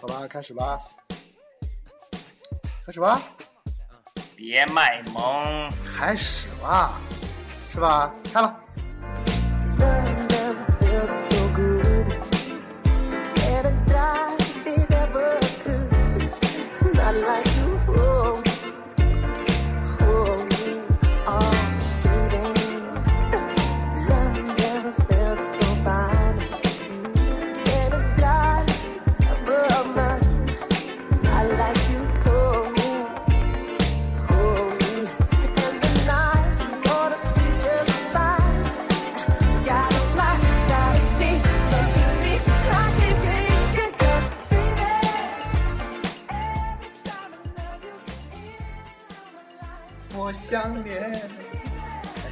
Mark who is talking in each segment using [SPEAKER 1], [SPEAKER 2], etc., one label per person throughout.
[SPEAKER 1] 好吧，开始吧，开始吧，
[SPEAKER 2] 别卖萌，
[SPEAKER 1] 开始吧，是吧？开了。
[SPEAKER 3] 我想念。
[SPEAKER 1] 来哎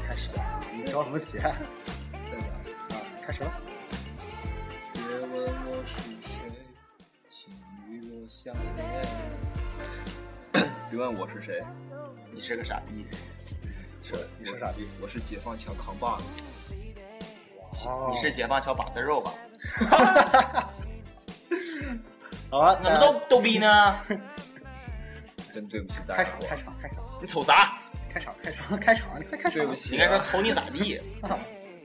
[SPEAKER 1] 开始了，你着什么急啊？开始了，
[SPEAKER 3] 别问我是谁，请与我相恋。别问我是谁，
[SPEAKER 2] 你是个傻逼。
[SPEAKER 3] 是
[SPEAKER 1] 你是傻逼，
[SPEAKER 3] 我是解放前扛把子。
[SPEAKER 1] 哦
[SPEAKER 2] 你
[SPEAKER 3] 哦
[SPEAKER 2] 是解放桥绑的肉吧？
[SPEAKER 1] 好吧？
[SPEAKER 3] 呃
[SPEAKER 2] 怎么都逗逼呢？
[SPEAKER 3] 真对不起大
[SPEAKER 1] 开
[SPEAKER 3] 家
[SPEAKER 1] 场，，开场，开场，
[SPEAKER 2] 你瞅啥？
[SPEAKER 1] 开场，开场， 开场，你快开场！
[SPEAKER 3] 对不，起
[SPEAKER 2] 你应该
[SPEAKER 3] 啊，
[SPEAKER 2] 说瞅你咋 地？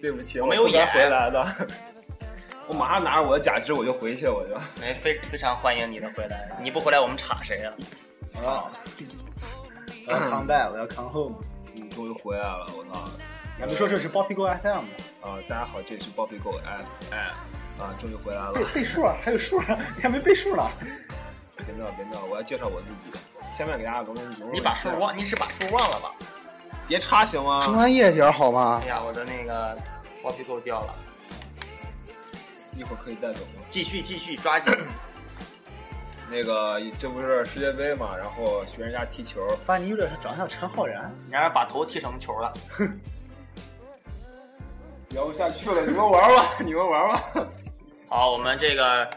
[SPEAKER 3] 对不起，
[SPEAKER 2] 我
[SPEAKER 3] 我
[SPEAKER 2] 没有
[SPEAKER 3] 不该
[SPEAKER 2] 眼
[SPEAKER 3] 回来的。我马上拿着我的假肢，我就回去，我就。
[SPEAKER 2] 哎，非非常欢迎你的回来，你不回来我们插谁啊？
[SPEAKER 1] 啊！我要 come back，我要 come home。
[SPEAKER 3] 嗯，终于回来了，我操！
[SPEAKER 1] 咱们说这是 Boppy Go FM 的
[SPEAKER 3] 啊、大家好，这里是 Bobby Go FM，啊，终于回来了
[SPEAKER 1] 背，背数啊，还有数啊， 你还没背数呢。
[SPEAKER 3] 别闹别闹，我要介绍我自己。下面给大家隆隆隆，
[SPEAKER 2] 你把数忘，你是把数忘了吧？
[SPEAKER 3] 别插行吗？
[SPEAKER 1] 专业点好吗
[SPEAKER 2] 哎？呀，我的那个包皮扣掉了，
[SPEAKER 3] 一会儿可以带走吗？
[SPEAKER 2] 继续继续 抓紧。
[SPEAKER 3] 那个，这不是世界杯嘛，然后学人家踢球，
[SPEAKER 1] 发现你有点长得像陈浩然，
[SPEAKER 2] 你让人把头踢成球了，
[SPEAKER 3] 聊不下去了，你们玩吧，你们玩 吧。
[SPEAKER 2] 好，我们这个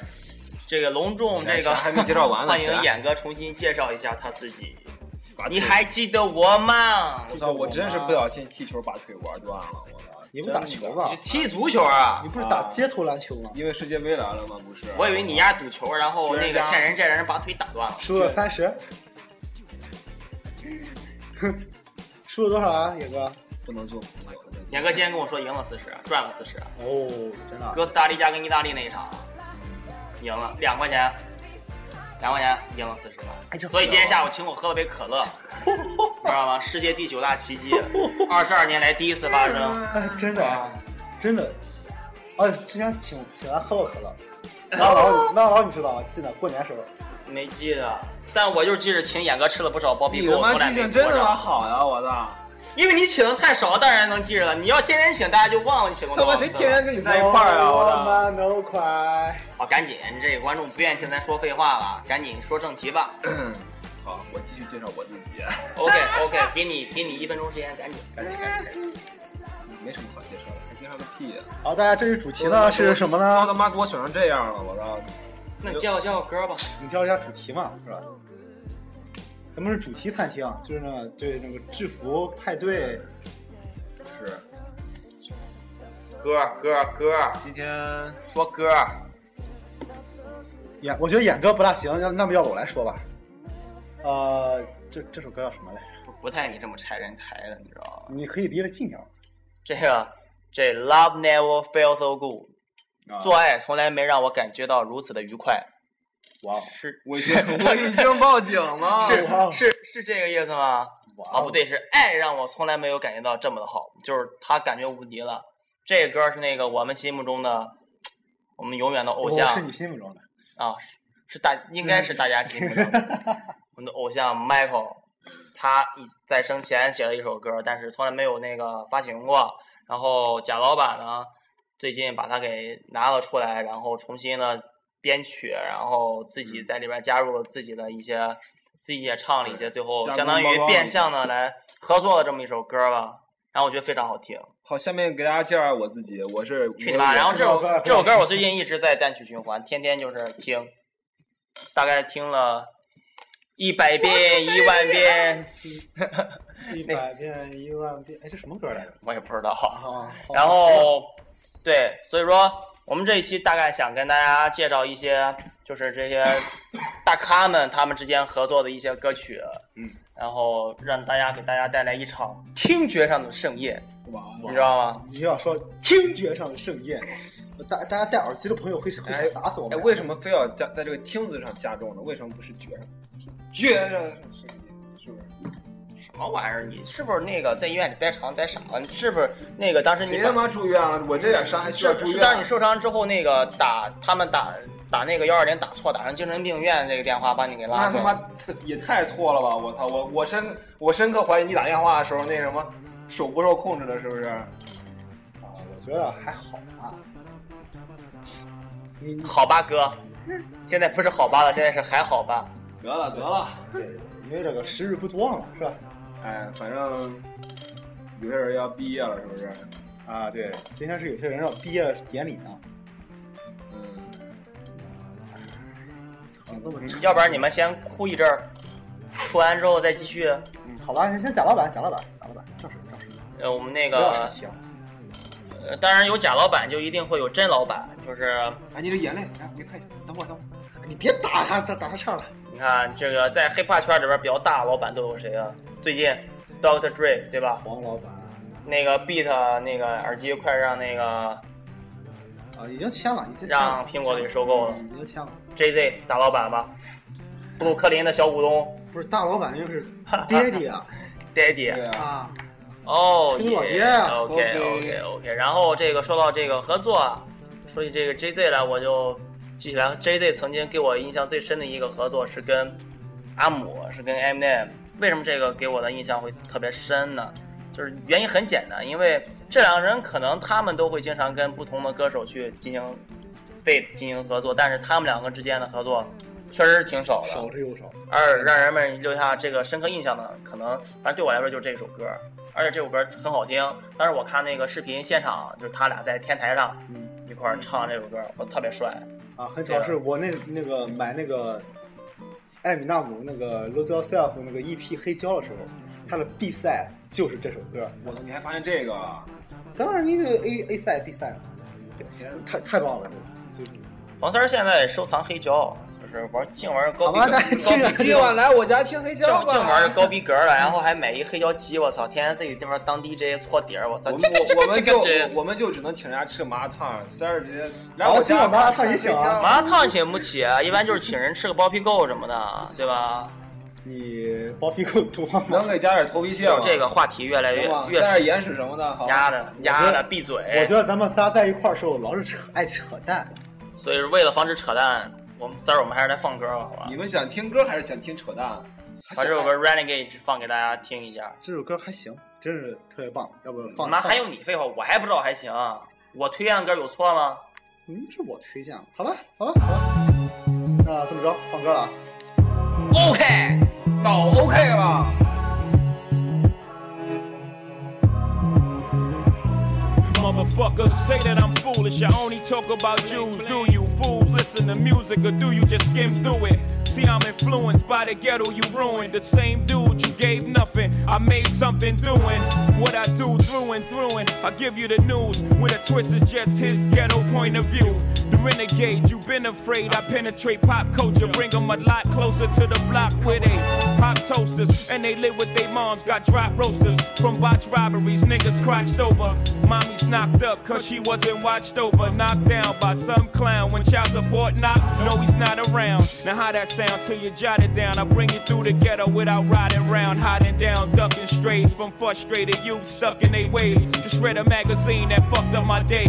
[SPEAKER 2] 这个隆重
[SPEAKER 3] 起来
[SPEAKER 2] 这
[SPEAKER 3] 起
[SPEAKER 2] 个
[SPEAKER 3] 来还没介绍完呢啊
[SPEAKER 2] 欢
[SPEAKER 3] 起来
[SPEAKER 2] 迎演哥重新介绍一下他自己。
[SPEAKER 3] 啊
[SPEAKER 2] 你还记得我吗？
[SPEAKER 3] 我操，我真是不小心踢球把腿玩断了，我操！
[SPEAKER 1] 你不打球吧
[SPEAKER 2] 你？踢足球啊
[SPEAKER 1] 你？不是打街头篮球吗？
[SPEAKER 3] 因为世界杯来了吗？不是，
[SPEAKER 2] 我以为你丫赌球，然后那
[SPEAKER 3] 学人
[SPEAKER 2] 个
[SPEAKER 3] 家
[SPEAKER 2] 欠人债的人把腿打断了。
[SPEAKER 1] 输了三十，输了多少啊，野哥？
[SPEAKER 3] 不能做朋友。
[SPEAKER 2] 演哥今天跟我说赢了四十，赚了四十。
[SPEAKER 1] 哦，真的啊，
[SPEAKER 2] 哥斯达黎加跟意大利那一场赢了两块钱，两块钱赢了四十
[SPEAKER 1] 哎这
[SPEAKER 2] 万，所以今天下
[SPEAKER 3] 啊
[SPEAKER 2] 午请我喝了杯 可乐，知道吗？世界第九大奇迹，二十二年来第一次发生。
[SPEAKER 1] 哎真的啊
[SPEAKER 2] 啊，
[SPEAKER 1] 真的。哦，之前请请他喝 过可乐，那老那老你知道，啊记得过年时候，
[SPEAKER 2] 没记得，但我就记着请演哥吃了不少包皮
[SPEAKER 3] 你
[SPEAKER 2] 狗，
[SPEAKER 3] 他
[SPEAKER 2] 我
[SPEAKER 3] 妈
[SPEAKER 2] 从来
[SPEAKER 3] 记
[SPEAKER 2] 没
[SPEAKER 3] 性真他妈
[SPEAKER 2] 活着
[SPEAKER 3] 好呀，我操！
[SPEAKER 2] 因为你请的太少了，当然能记着了。你要天天请，大家就忘了你请过
[SPEAKER 3] 他
[SPEAKER 2] 多
[SPEAKER 3] 妈
[SPEAKER 2] 少次
[SPEAKER 3] 谁
[SPEAKER 2] 了。
[SPEAKER 3] 天天跟你在一块儿啊，我操！
[SPEAKER 1] No man, no cry。
[SPEAKER 2] 好，哦赶紧，这个观众不愿意听咱说废话了，赶紧说正题 吧。
[SPEAKER 3] 好，我继续介绍我自己，
[SPEAKER 2] OK OK，给你给你一分钟时间，赶紧。
[SPEAKER 3] 没什么好介绍的，还介绍个屁呀！
[SPEAKER 1] 好，大家这期主题呢是什么呢
[SPEAKER 3] 都他？妈给我选成这样了，我操！
[SPEAKER 2] 那你介绍介绍歌吧。
[SPEAKER 1] 你挑一下主题嘛，是吧？咱们是主题餐厅，啊就是呢，对那个制服派对，
[SPEAKER 3] 是，
[SPEAKER 2] 歌歌歌，
[SPEAKER 3] 今天
[SPEAKER 2] 说歌。
[SPEAKER 1] 演我觉得演歌不大行，要那么要不我来说吧。呃，这这首歌叫什么来着？
[SPEAKER 2] 不不带你这么拆人台的，你知道吗？
[SPEAKER 1] 你可以离得近点儿。
[SPEAKER 2] 这个这 Love never felt so good，、
[SPEAKER 3] 啊
[SPEAKER 2] 做爱从来没让我感觉到如此的愉快，
[SPEAKER 1] 哇哦，
[SPEAKER 2] 是
[SPEAKER 3] 我已经 我已经报警了，
[SPEAKER 2] 是
[SPEAKER 1] 哇哦
[SPEAKER 2] 是是这个意思吗？
[SPEAKER 1] 哇
[SPEAKER 2] 啊，不对，是爱让我从来没有感觉到这么的好，就是他感觉无敌了。这个歌是那个我们心目中的，我们永远的偶
[SPEAKER 1] 我是
[SPEAKER 2] 像
[SPEAKER 1] 你心目中的。
[SPEAKER 2] 啊，是是大应该是大家心目 中的我们的偶像 Michael，他以在生前写了一首歌，但是从来没有那个发行过。然后贾老板呢，最近把它给拿了出来，然后重新呢编曲，然后自己
[SPEAKER 3] 嗯
[SPEAKER 2] 在里边加入了自己的一些，自己也唱了一些，最后
[SPEAKER 3] 加工
[SPEAKER 2] 相当
[SPEAKER 3] 包
[SPEAKER 2] 于
[SPEAKER 3] 装
[SPEAKER 2] 变相的来合作了这么一首歌吧。然后我觉得非常好听，
[SPEAKER 3] 好，下面给大家介绍我自己，我是
[SPEAKER 2] 去你妈！然后这首
[SPEAKER 1] 不要不要
[SPEAKER 2] 这首歌我最近一直在单曲循环，天天就是听，大概听了一百遍、一万遍，
[SPEAKER 1] 一百遍、
[SPEAKER 2] 哦
[SPEAKER 1] 一万遍，哎，这什么歌来着？
[SPEAKER 2] 我也不知道。
[SPEAKER 1] 啊，好
[SPEAKER 2] 然后对，所以说我们这一期大概想跟大家介绍一些，就是这些大咖们他们之间合作的一些歌曲，
[SPEAKER 1] 嗯，
[SPEAKER 2] 然后让大家给大家带来一场听觉上的盛宴，
[SPEAKER 1] 哦
[SPEAKER 3] 哇，
[SPEAKER 2] 你知道吗？
[SPEAKER 1] 你要说听觉上的盛宴，大大家戴耳机的朋友会会
[SPEAKER 4] 哎
[SPEAKER 1] 打死我
[SPEAKER 4] 哎，
[SPEAKER 1] 们。
[SPEAKER 4] 为什么非要加在这个听字上加重呢？为什么不是觉上？觉上是是不是？
[SPEAKER 2] 什么玩意儿？你是不是那个在医院里待长待傻了？你是不是那个当时你
[SPEAKER 4] 谁他妈住院了？我这点伤还需要
[SPEAKER 2] 是
[SPEAKER 4] 住
[SPEAKER 2] 是
[SPEAKER 4] 院？
[SPEAKER 2] 当你受伤之后，那个打他们打打那个幺二零打错，打成精神病院那个电话把你给拉
[SPEAKER 4] 那
[SPEAKER 2] 走
[SPEAKER 4] 他。妈也太错了吧！我操，我我深我深刻怀疑你打电话的时候那什么手不受控制了，是不是？
[SPEAKER 1] 啊？我觉得还好啊。你你
[SPEAKER 2] 好吧哥，现在不是好吧了，现在是还好吧。
[SPEAKER 4] 得了得了，
[SPEAKER 1] 对因为这个时日不多了嘛，是吧？
[SPEAKER 4] 哎，反正有些人要毕业了，是不是？
[SPEAKER 1] 啊，对，今天是有些人要毕业典礼呢，
[SPEAKER 4] 嗯，
[SPEAKER 1] 怎么这么长
[SPEAKER 2] 嗯要不然你们先哭一阵儿，哭完之后再继续。
[SPEAKER 1] 嗯，好吧，先先贾老板，贾老板，贾老板，正事正事，
[SPEAKER 2] 呃，我们那
[SPEAKER 1] 不要说
[SPEAKER 2] 个，
[SPEAKER 1] 行。
[SPEAKER 2] 呃当然有贾老板，就一定会有真老板。就是
[SPEAKER 4] 哎，你这眼泪，哎，我给你看一下，等会儿等会儿。
[SPEAKER 1] 你别打他，打打他岔了。
[SPEAKER 2] 你看这个在 hiphop 圈里边比较大的老板都有谁啊？最近 Dr. Dre 对吧？
[SPEAKER 1] 黄老板
[SPEAKER 2] 那个 Beat 那个耳机快让那个
[SPEAKER 1] 啊，已经签了，已经签了
[SPEAKER 2] 让，苹果给收购了
[SPEAKER 1] 已经签了。
[SPEAKER 2] JZ 大老板吧，布鲁克林的小股东
[SPEAKER 1] 不是大老板，就是 爹爹啊
[SPEAKER 2] Daddy
[SPEAKER 4] 对啊，
[SPEAKER 1] 啊！
[SPEAKER 2] 哦
[SPEAKER 1] 听我爹啊
[SPEAKER 2] OK OK
[SPEAKER 4] OK
[SPEAKER 2] OK。然后这个说到这个合作啊，说起这个 JZ 来，我就记起来 JZ 曾经给我印象最深的一个合作是跟阿姆，是跟 Eminem。为什么这个给我的印象会特别深呢？就是原因很简单，因为这两个人可能他们都会经常跟不同的歌手去进行 fit 进行合作，但是他们两个之间的合作确实是挺少的，
[SPEAKER 1] 少之又少。
[SPEAKER 2] 而让人们留下这个深刻印象呢，可能反正对我来说就是这首歌，而且这首歌很好听。当时我看那个视频现场，就是他俩在天台上
[SPEAKER 1] 嗯
[SPEAKER 2] 一块儿唱这首歌，我特别帅。
[SPEAKER 1] 啊，很巧
[SPEAKER 2] 对
[SPEAKER 1] 是我那那个买那个艾米纳姆那个《Lose Yourself》那个 EP 黑胶的时候，他的 B 赛就是这首歌。
[SPEAKER 4] 我你还发现这个了？
[SPEAKER 1] 当然，你这个 A A 赛 B 赛了，对，太太棒了，这个就是
[SPEAKER 2] 王三儿现在收藏黑胶，就是玩净玩
[SPEAKER 1] 好
[SPEAKER 2] 高逼
[SPEAKER 1] 吧，
[SPEAKER 2] 格，
[SPEAKER 1] 大家听着，
[SPEAKER 4] 今晚来我家听黑胶
[SPEAKER 2] 净
[SPEAKER 4] 吧。
[SPEAKER 2] 净玩高逼格了，然后还买一黑胶机，我操，天天自己这边当 DJ 搓碟儿，我
[SPEAKER 4] 我
[SPEAKER 2] 操，
[SPEAKER 4] 们
[SPEAKER 2] 这个这
[SPEAKER 4] 我我
[SPEAKER 2] 个
[SPEAKER 4] 们
[SPEAKER 2] 这
[SPEAKER 4] 就
[SPEAKER 2] 个这个。
[SPEAKER 4] 我们就只能请人家吃个麻辣烫，三儿直接来
[SPEAKER 1] 好
[SPEAKER 4] 我
[SPEAKER 1] 今
[SPEAKER 4] 家
[SPEAKER 1] 晚麻辣烫也行啊
[SPEAKER 4] 看黑胶
[SPEAKER 2] 麻辣烫请不起，啊一般就是请人吃个包皮垢什么的，对吧？
[SPEAKER 1] 你包皮够多吗？
[SPEAKER 4] 能给加点头皮屑吗？
[SPEAKER 2] 这个话题越来越
[SPEAKER 4] 啊行吗？
[SPEAKER 2] 越
[SPEAKER 4] 加点盐水什么的，好吧。
[SPEAKER 2] 丫的丫的闭嘴！
[SPEAKER 1] 我觉得咱们仨在一块儿的时候，老是扯爱扯淡。
[SPEAKER 2] 所以为了防止扯淡，我们今儿我们还是来放歌吧，好吧
[SPEAKER 4] 你？们想听歌还是想听扯淡？啊
[SPEAKER 2] 把这首歌《Renegade》放给大家听一下。
[SPEAKER 1] 这首歌还行，真是特别棒，要不
[SPEAKER 4] 嗯
[SPEAKER 1] 放？
[SPEAKER 2] 妈，
[SPEAKER 1] 放
[SPEAKER 2] 还用你废话？我还不知道还行，我推荐歌有错吗？
[SPEAKER 1] 嗯，是我推荐的，好吧，好吧，好吧。那这么着，放歌了啊。
[SPEAKER 2] OK，
[SPEAKER 4] 脑 OK 了。
[SPEAKER 5] Motherfuckers say that I'm foolish. I only talk about Jews. Do you fools listen to music or do you just skim through it? See, I'm influenced by the ghetto you ruined. The same dude you gave nothing. I made something doing what I do through and through. And I give you the news with a twist is just his ghetto point of view. The renegade, you've been afraid. I penetrate pop culture, bring 'em a lot closer to the block where they pop toasters and they live with their moms. Got drop roasters from botch robberies, niggas crotched over. Mommy's knocked up cause she wasn't watched over. Knocked down by some clown when child support knock. No, he's not around. Now, how that sound till you jot it down? I bring it through the ghetto without riding round, hiding down, ducking strays from frustrated youth stuck in their ways. Just read a magazine that fucked up my day.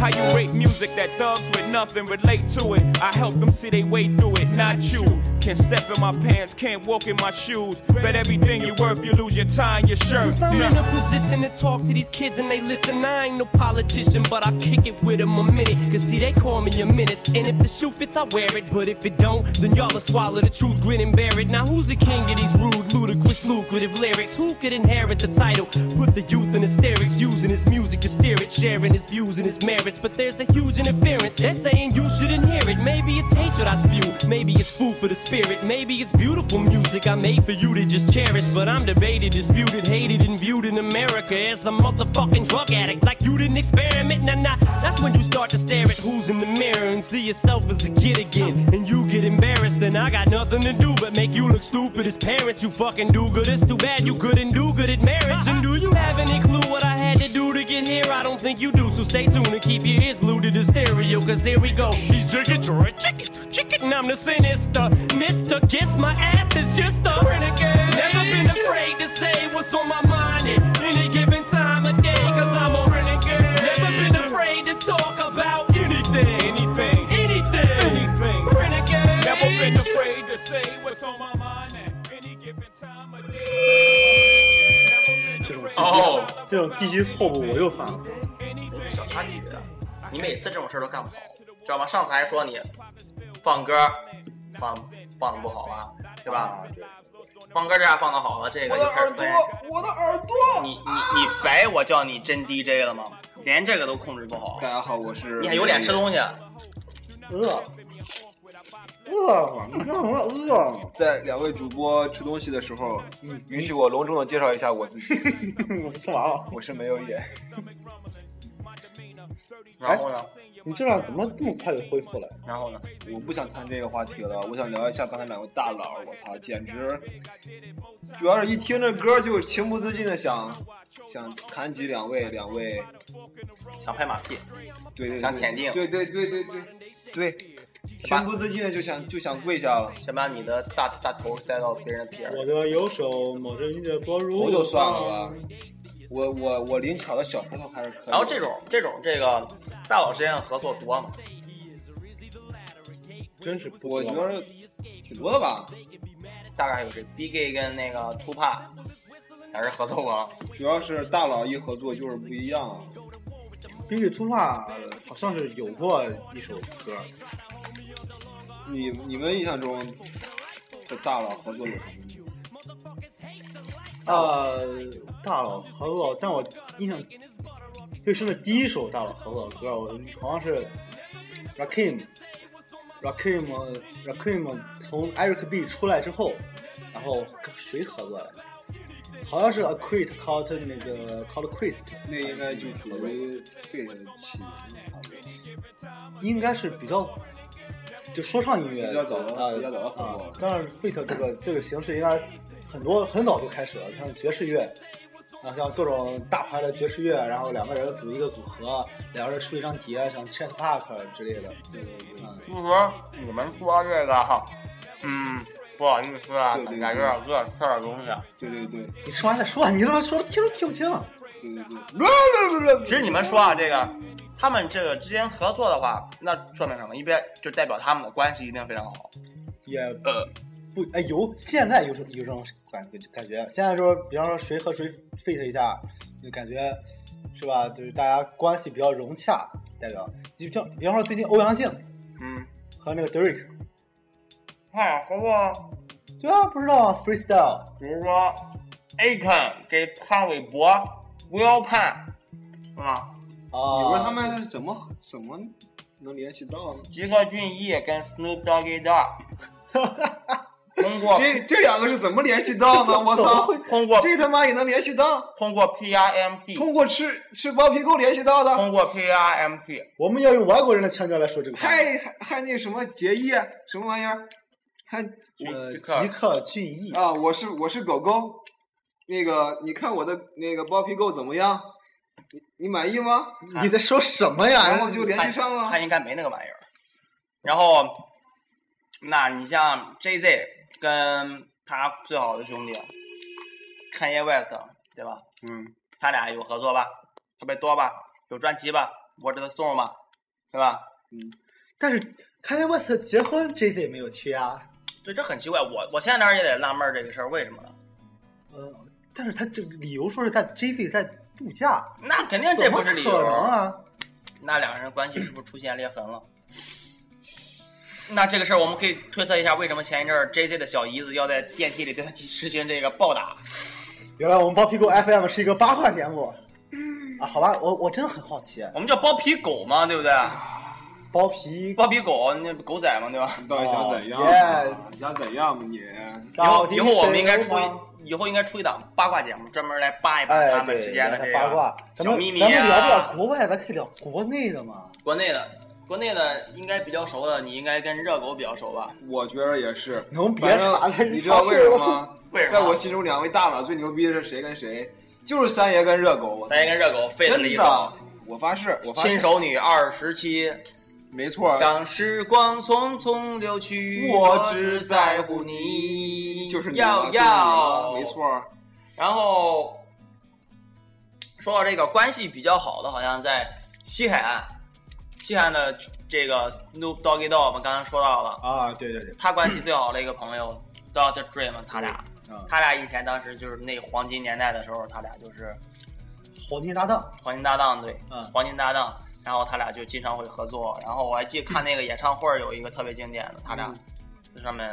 [SPEAKER 5] How you rate music that thugs with nothing relate to it? I help them see they way through it, not you. Can step in my pants, can't walk in my shoes. Bet everything you worth, you lose your time, your shirt.
[SPEAKER 6] Since I'm in
[SPEAKER 5] Nah.
[SPEAKER 6] a position to talk to these kids and they listen, I ain't no politician, but I kick it with them a minute. Cause see, they call me a menace. And if the shoe fits, I wear it. But if it don't, then y'all will swallow the truth, grin and bear it. Now, who's the king of these rude, ludicrous, lucrative lyrics? Who could inherit the title? Put the youth in hysterics, using his music to steer it, sharing his views and his merits. But there's a huge interference. They're saying you shouldn't hear it. Maybe it's hatred I spew, maybe it's food for the spirit. spirit. Maybe it's beautiful music I made for you to just cherish. But I'm debated, disputed, hated, and viewed in America as a motherfucking drug addict. Like you didn't experiment. Nah, nah. That's when you start to stare at who's in the mirror and see yourself as a kid again. And you get embarrassed. Then I got nothing to do but make you look stupid as parents. You fucking do good. It's too bad you couldn't do good at marriage. And do you have any clue what I had to do to get here? I don't think you do. So stay tuned and keep your ears glued to the stereo. Cause here we go. He's chicken, chicken, chicken, chicken. I'm the sinister. Mister Kiss, my ass is just a renegade. Never been afraid to say what's on my mind at any given time of day. Cause I'm a renegade. Never been afraid to talk about anything. Anything. Anything. Anything. Renegade.
[SPEAKER 5] Never been afraid to say what's on my mind at any given time of day. Never been afraid to
[SPEAKER 2] 哦
[SPEAKER 5] talk
[SPEAKER 1] 这种
[SPEAKER 5] about
[SPEAKER 1] 低级错误我又犯了。
[SPEAKER 5] anything.
[SPEAKER 2] 小差你的，你每次这种事儿都干不好，知道吗？上次还说你放歌放放的不好啊，对吧？放歌这样放的好了，这个
[SPEAKER 4] 我
[SPEAKER 2] 就
[SPEAKER 4] 的
[SPEAKER 2] 开始
[SPEAKER 4] 耳
[SPEAKER 2] 钻
[SPEAKER 4] 朵
[SPEAKER 2] 研。，
[SPEAKER 4] 我的耳朵。
[SPEAKER 2] 你你你白我叫你真 DJ 了吗？连这个都控制不好
[SPEAKER 4] 大，家好，我是。
[SPEAKER 2] 你还有脸吃东西？啊
[SPEAKER 1] 饿，饿嘛，你让我饿嘛。
[SPEAKER 4] 在两位主播吃东西的时候，
[SPEAKER 1] 嗯
[SPEAKER 4] 允许我隆重的介绍一下我自己，
[SPEAKER 1] 我说完了。
[SPEAKER 4] 我是没有眼。
[SPEAKER 2] 然后呢？
[SPEAKER 1] 你这样怎么这么快就恢复了？
[SPEAKER 2] 然后呢？
[SPEAKER 4] 我不想谈这个话题了，我想聊一下刚才两位大佬，我操，简直，主要是一听这歌就情不自禁的想想谈及两位，两位，
[SPEAKER 2] 想拍马屁，
[SPEAKER 4] 对对对，
[SPEAKER 2] 想舔腚
[SPEAKER 4] 对对对对对对，情不自禁的就想就想跪下了，
[SPEAKER 2] 想把你的大大头塞到别人的皮儿。
[SPEAKER 1] 我的右手某着你的左乳，
[SPEAKER 4] 头就算了吧，我我我灵巧的小舌头还是可以的。
[SPEAKER 2] 然后这种这种这个大佬之间的合作多吗？
[SPEAKER 1] 真是不
[SPEAKER 4] 我
[SPEAKER 1] 多
[SPEAKER 4] 觉得挺多的吧，
[SPEAKER 2] 大概有谁？B G 跟那个 t u p a 还是合作过啊？
[SPEAKER 4] 主要是大佬一合作就是不一样啊。
[SPEAKER 1] 比起粗话，好像是有过一首歌，
[SPEAKER 4] 你你们印象中的大佬合作有什么？
[SPEAKER 1] 呃，大佬合作，但我印象最深的第一首大佬合作的歌，我好像是 Rakim。Rakim Rakim 从 Eric B 出来之后，然后跟谁合作来着？好像是 a q u i t called 那个 called Christ，
[SPEAKER 4] 那应该就属于 fit 的起源差不多
[SPEAKER 1] 应该是比较就说唱音乐
[SPEAKER 4] 比较早的
[SPEAKER 1] 啊
[SPEAKER 4] 比较早的火
[SPEAKER 1] 啊
[SPEAKER 4] 了。
[SPEAKER 1] 当然，fit 这个这个形式应该很多很早就开始了，像爵士乐，啊，像各种大牌的爵士乐，然后两个人组一个组合，两个人出一张碟，像 Chet Park 之类的。
[SPEAKER 4] 对对对
[SPEAKER 1] 嗯，
[SPEAKER 2] 就是说你们说这个哈，嗯，不好意思啊，
[SPEAKER 4] 对对对
[SPEAKER 2] 感觉有点饿，吃点东西啊。
[SPEAKER 4] 对对对
[SPEAKER 1] 你吃完再说，你他妈说的听听不清？
[SPEAKER 4] 对对 对。
[SPEAKER 2] 其实你们说啊，这个他们这个之间合作的话，那说明什么？一边就代表他们的关系一定非常好。
[SPEAKER 1] 也
[SPEAKER 4] 嗯
[SPEAKER 1] 不哎有，现在有这有这种感觉感觉，现在就是比方说谁和谁 fit 一下，就感觉是吧？就是大家关系比较融洽，代表就像比方说最近欧阳靖
[SPEAKER 2] 嗯，
[SPEAKER 1] 和那个 Derek，
[SPEAKER 2] 看合作，
[SPEAKER 1] 对啊，不知道啊 freestyle。
[SPEAKER 2] 比如说 Akon 给潘玮柏、吴耀盼，是吧？
[SPEAKER 1] 啊，
[SPEAKER 4] 你说他们是怎么怎么能联系到呢？
[SPEAKER 2] 吉克隽逸跟 Snoop Doggy Dogg 通过
[SPEAKER 4] 这这两个是怎么联系到呢？我操！
[SPEAKER 2] 通过
[SPEAKER 4] 这他妈也能联系到？
[SPEAKER 2] 通过 PRMP
[SPEAKER 4] 通过吃吃包皮垢联系到的？
[SPEAKER 2] 通过 PRMP
[SPEAKER 1] 我们要用外国人的腔调来说这个话题。
[SPEAKER 4] 还还还那什么结义什么玩意儿？还
[SPEAKER 1] 呃，
[SPEAKER 2] 吉
[SPEAKER 1] 吉
[SPEAKER 2] 克
[SPEAKER 1] 克隽逸，
[SPEAKER 4] 啊，我是我是狗狗，那个你看我的那个包皮垢怎么样？你你满意吗？
[SPEAKER 1] 你在啊说哦什么呀？
[SPEAKER 4] 然后就联
[SPEAKER 2] 他
[SPEAKER 4] 系上了
[SPEAKER 2] 他。应该没那个玩意儿。然后，那你像 JZ 跟他最好的兄弟 Kanye West，对吧？
[SPEAKER 4] 嗯，
[SPEAKER 2] 他俩有合作吧？特别多吧？有专辑吧？我这个送吧，对吧？
[SPEAKER 1] 但是 Kanye West 结婚，Jay Z 没有去啊。
[SPEAKER 2] 对，这很奇怪。我我前两天也得纳闷儿这个事儿，为什么呢？
[SPEAKER 1] 呃，但是他这个理由说是在 Jay Z 在度假，
[SPEAKER 2] 那肯定这不是理由
[SPEAKER 1] 怎么可能啊！
[SPEAKER 2] 那两人关系是不是出现裂痕了？那这个事儿我们可以推测一下，为什么前一阵儿 JZ 的小姨子要在电梯里对他实行这个暴打？
[SPEAKER 1] 原来我们包皮狗 FM 是一个八卦
[SPEAKER 4] 嗯
[SPEAKER 1] 节目啊！好吧，我我真的很好奇，
[SPEAKER 2] 我们叫包皮狗嘛，对不对？
[SPEAKER 1] 包皮
[SPEAKER 2] 包皮狗，那狗仔嘛，对吧？
[SPEAKER 4] 你到底想怎样
[SPEAKER 1] 哦
[SPEAKER 4] 嘛？你想怎样嘛你？
[SPEAKER 2] 以后
[SPEAKER 1] 到底
[SPEAKER 2] 以后我们应该
[SPEAKER 1] 谁
[SPEAKER 2] 出一
[SPEAKER 1] 吗，
[SPEAKER 2] 以后应该出一档八卦节目，专门来扒一扒
[SPEAKER 1] 哎，
[SPEAKER 2] 他们
[SPEAKER 1] 对，
[SPEAKER 2] 之间的
[SPEAKER 1] 聊
[SPEAKER 2] 这
[SPEAKER 1] 聊八
[SPEAKER 2] 个
[SPEAKER 1] 卦，咱
[SPEAKER 2] 小
[SPEAKER 1] 们
[SPEAKER 2] 秘密
[SPEAKER 1] 咱们聊不
[SPEAKER 2] 啊
[SPEAKER 1] 了。国外，咱可以聊国内的嘛。
[SPEAKER 2] 国内的，国内的应该比较熟的，你应该跟热狗比较熟吧？
[SPEAKER 4] 我觉得也是。
[SPEAKER 1] 能别
[SPEAKER 4] 反
[SPEAKER 1] 啥了
[SPEAKER 4] 正你知道为什么吗？
[SPEAKER 2] 为什么
[SPEAKER 4] 在我心中，两位大佬最牛逼的是谁跟谁？就是三爷跟热狗。我
[SPEAKER 2] 咱也跟热狗费了一
[SPEAKER 4] 真
[SPEAKER 2] 手
[SPEAKER 4] 的，，我发誓，我发
[SPEAKER 2] 亲
[SPEAKER 4] 誓，
[SPEAKER 2] 手女二十七。
[SPEAKER 4] 没错，
[SPEAKER 2] 当时光匆匆流去，
[SPEAKER 4] 我
[SPEAKER 2] 我
[SPEAKER 4] 只
[SPEAKER 2] 只
[SPEAKER 4] 在
[SPEAKER 2] 在
[SPEAKER 4] 乎
[SPEAKER 2] 乎你。
[SPEAKER 4] 就是你了，就是
[SPEAKER 2] 要
[SPEAKER 4] 你了，
[SPEAKER 2] 要，
[SPEAKER 4] 没。错。
[SPEAKER 2] 然后说到这个关系比较好的，好像在西海岸，西海岸的这个 Snoop Doggy Dogg，我们刚才说到了，
[SPEAKER 1] 啊，对对对，
[SPEAKER 2] 他关系最好的一个朋友 Dr. Dre 嘛，他俩，
[SPEAKER 4] 嗯
[SPEAKER 1] 啊，
[SPEAKER 2] 他俩以前当时就是那黄金年代的时候，他俩就是
[SPEAKER 1] 黄金搭档，
[SPEAKER 2] 黄金搭档，对，
[SPEAKER 1] 嗯
[SPEAKER 2] 黄金搭档。然后他俩就经常会合作。然后我还记得看那个演唱会有一个特别经典的，他俩在上面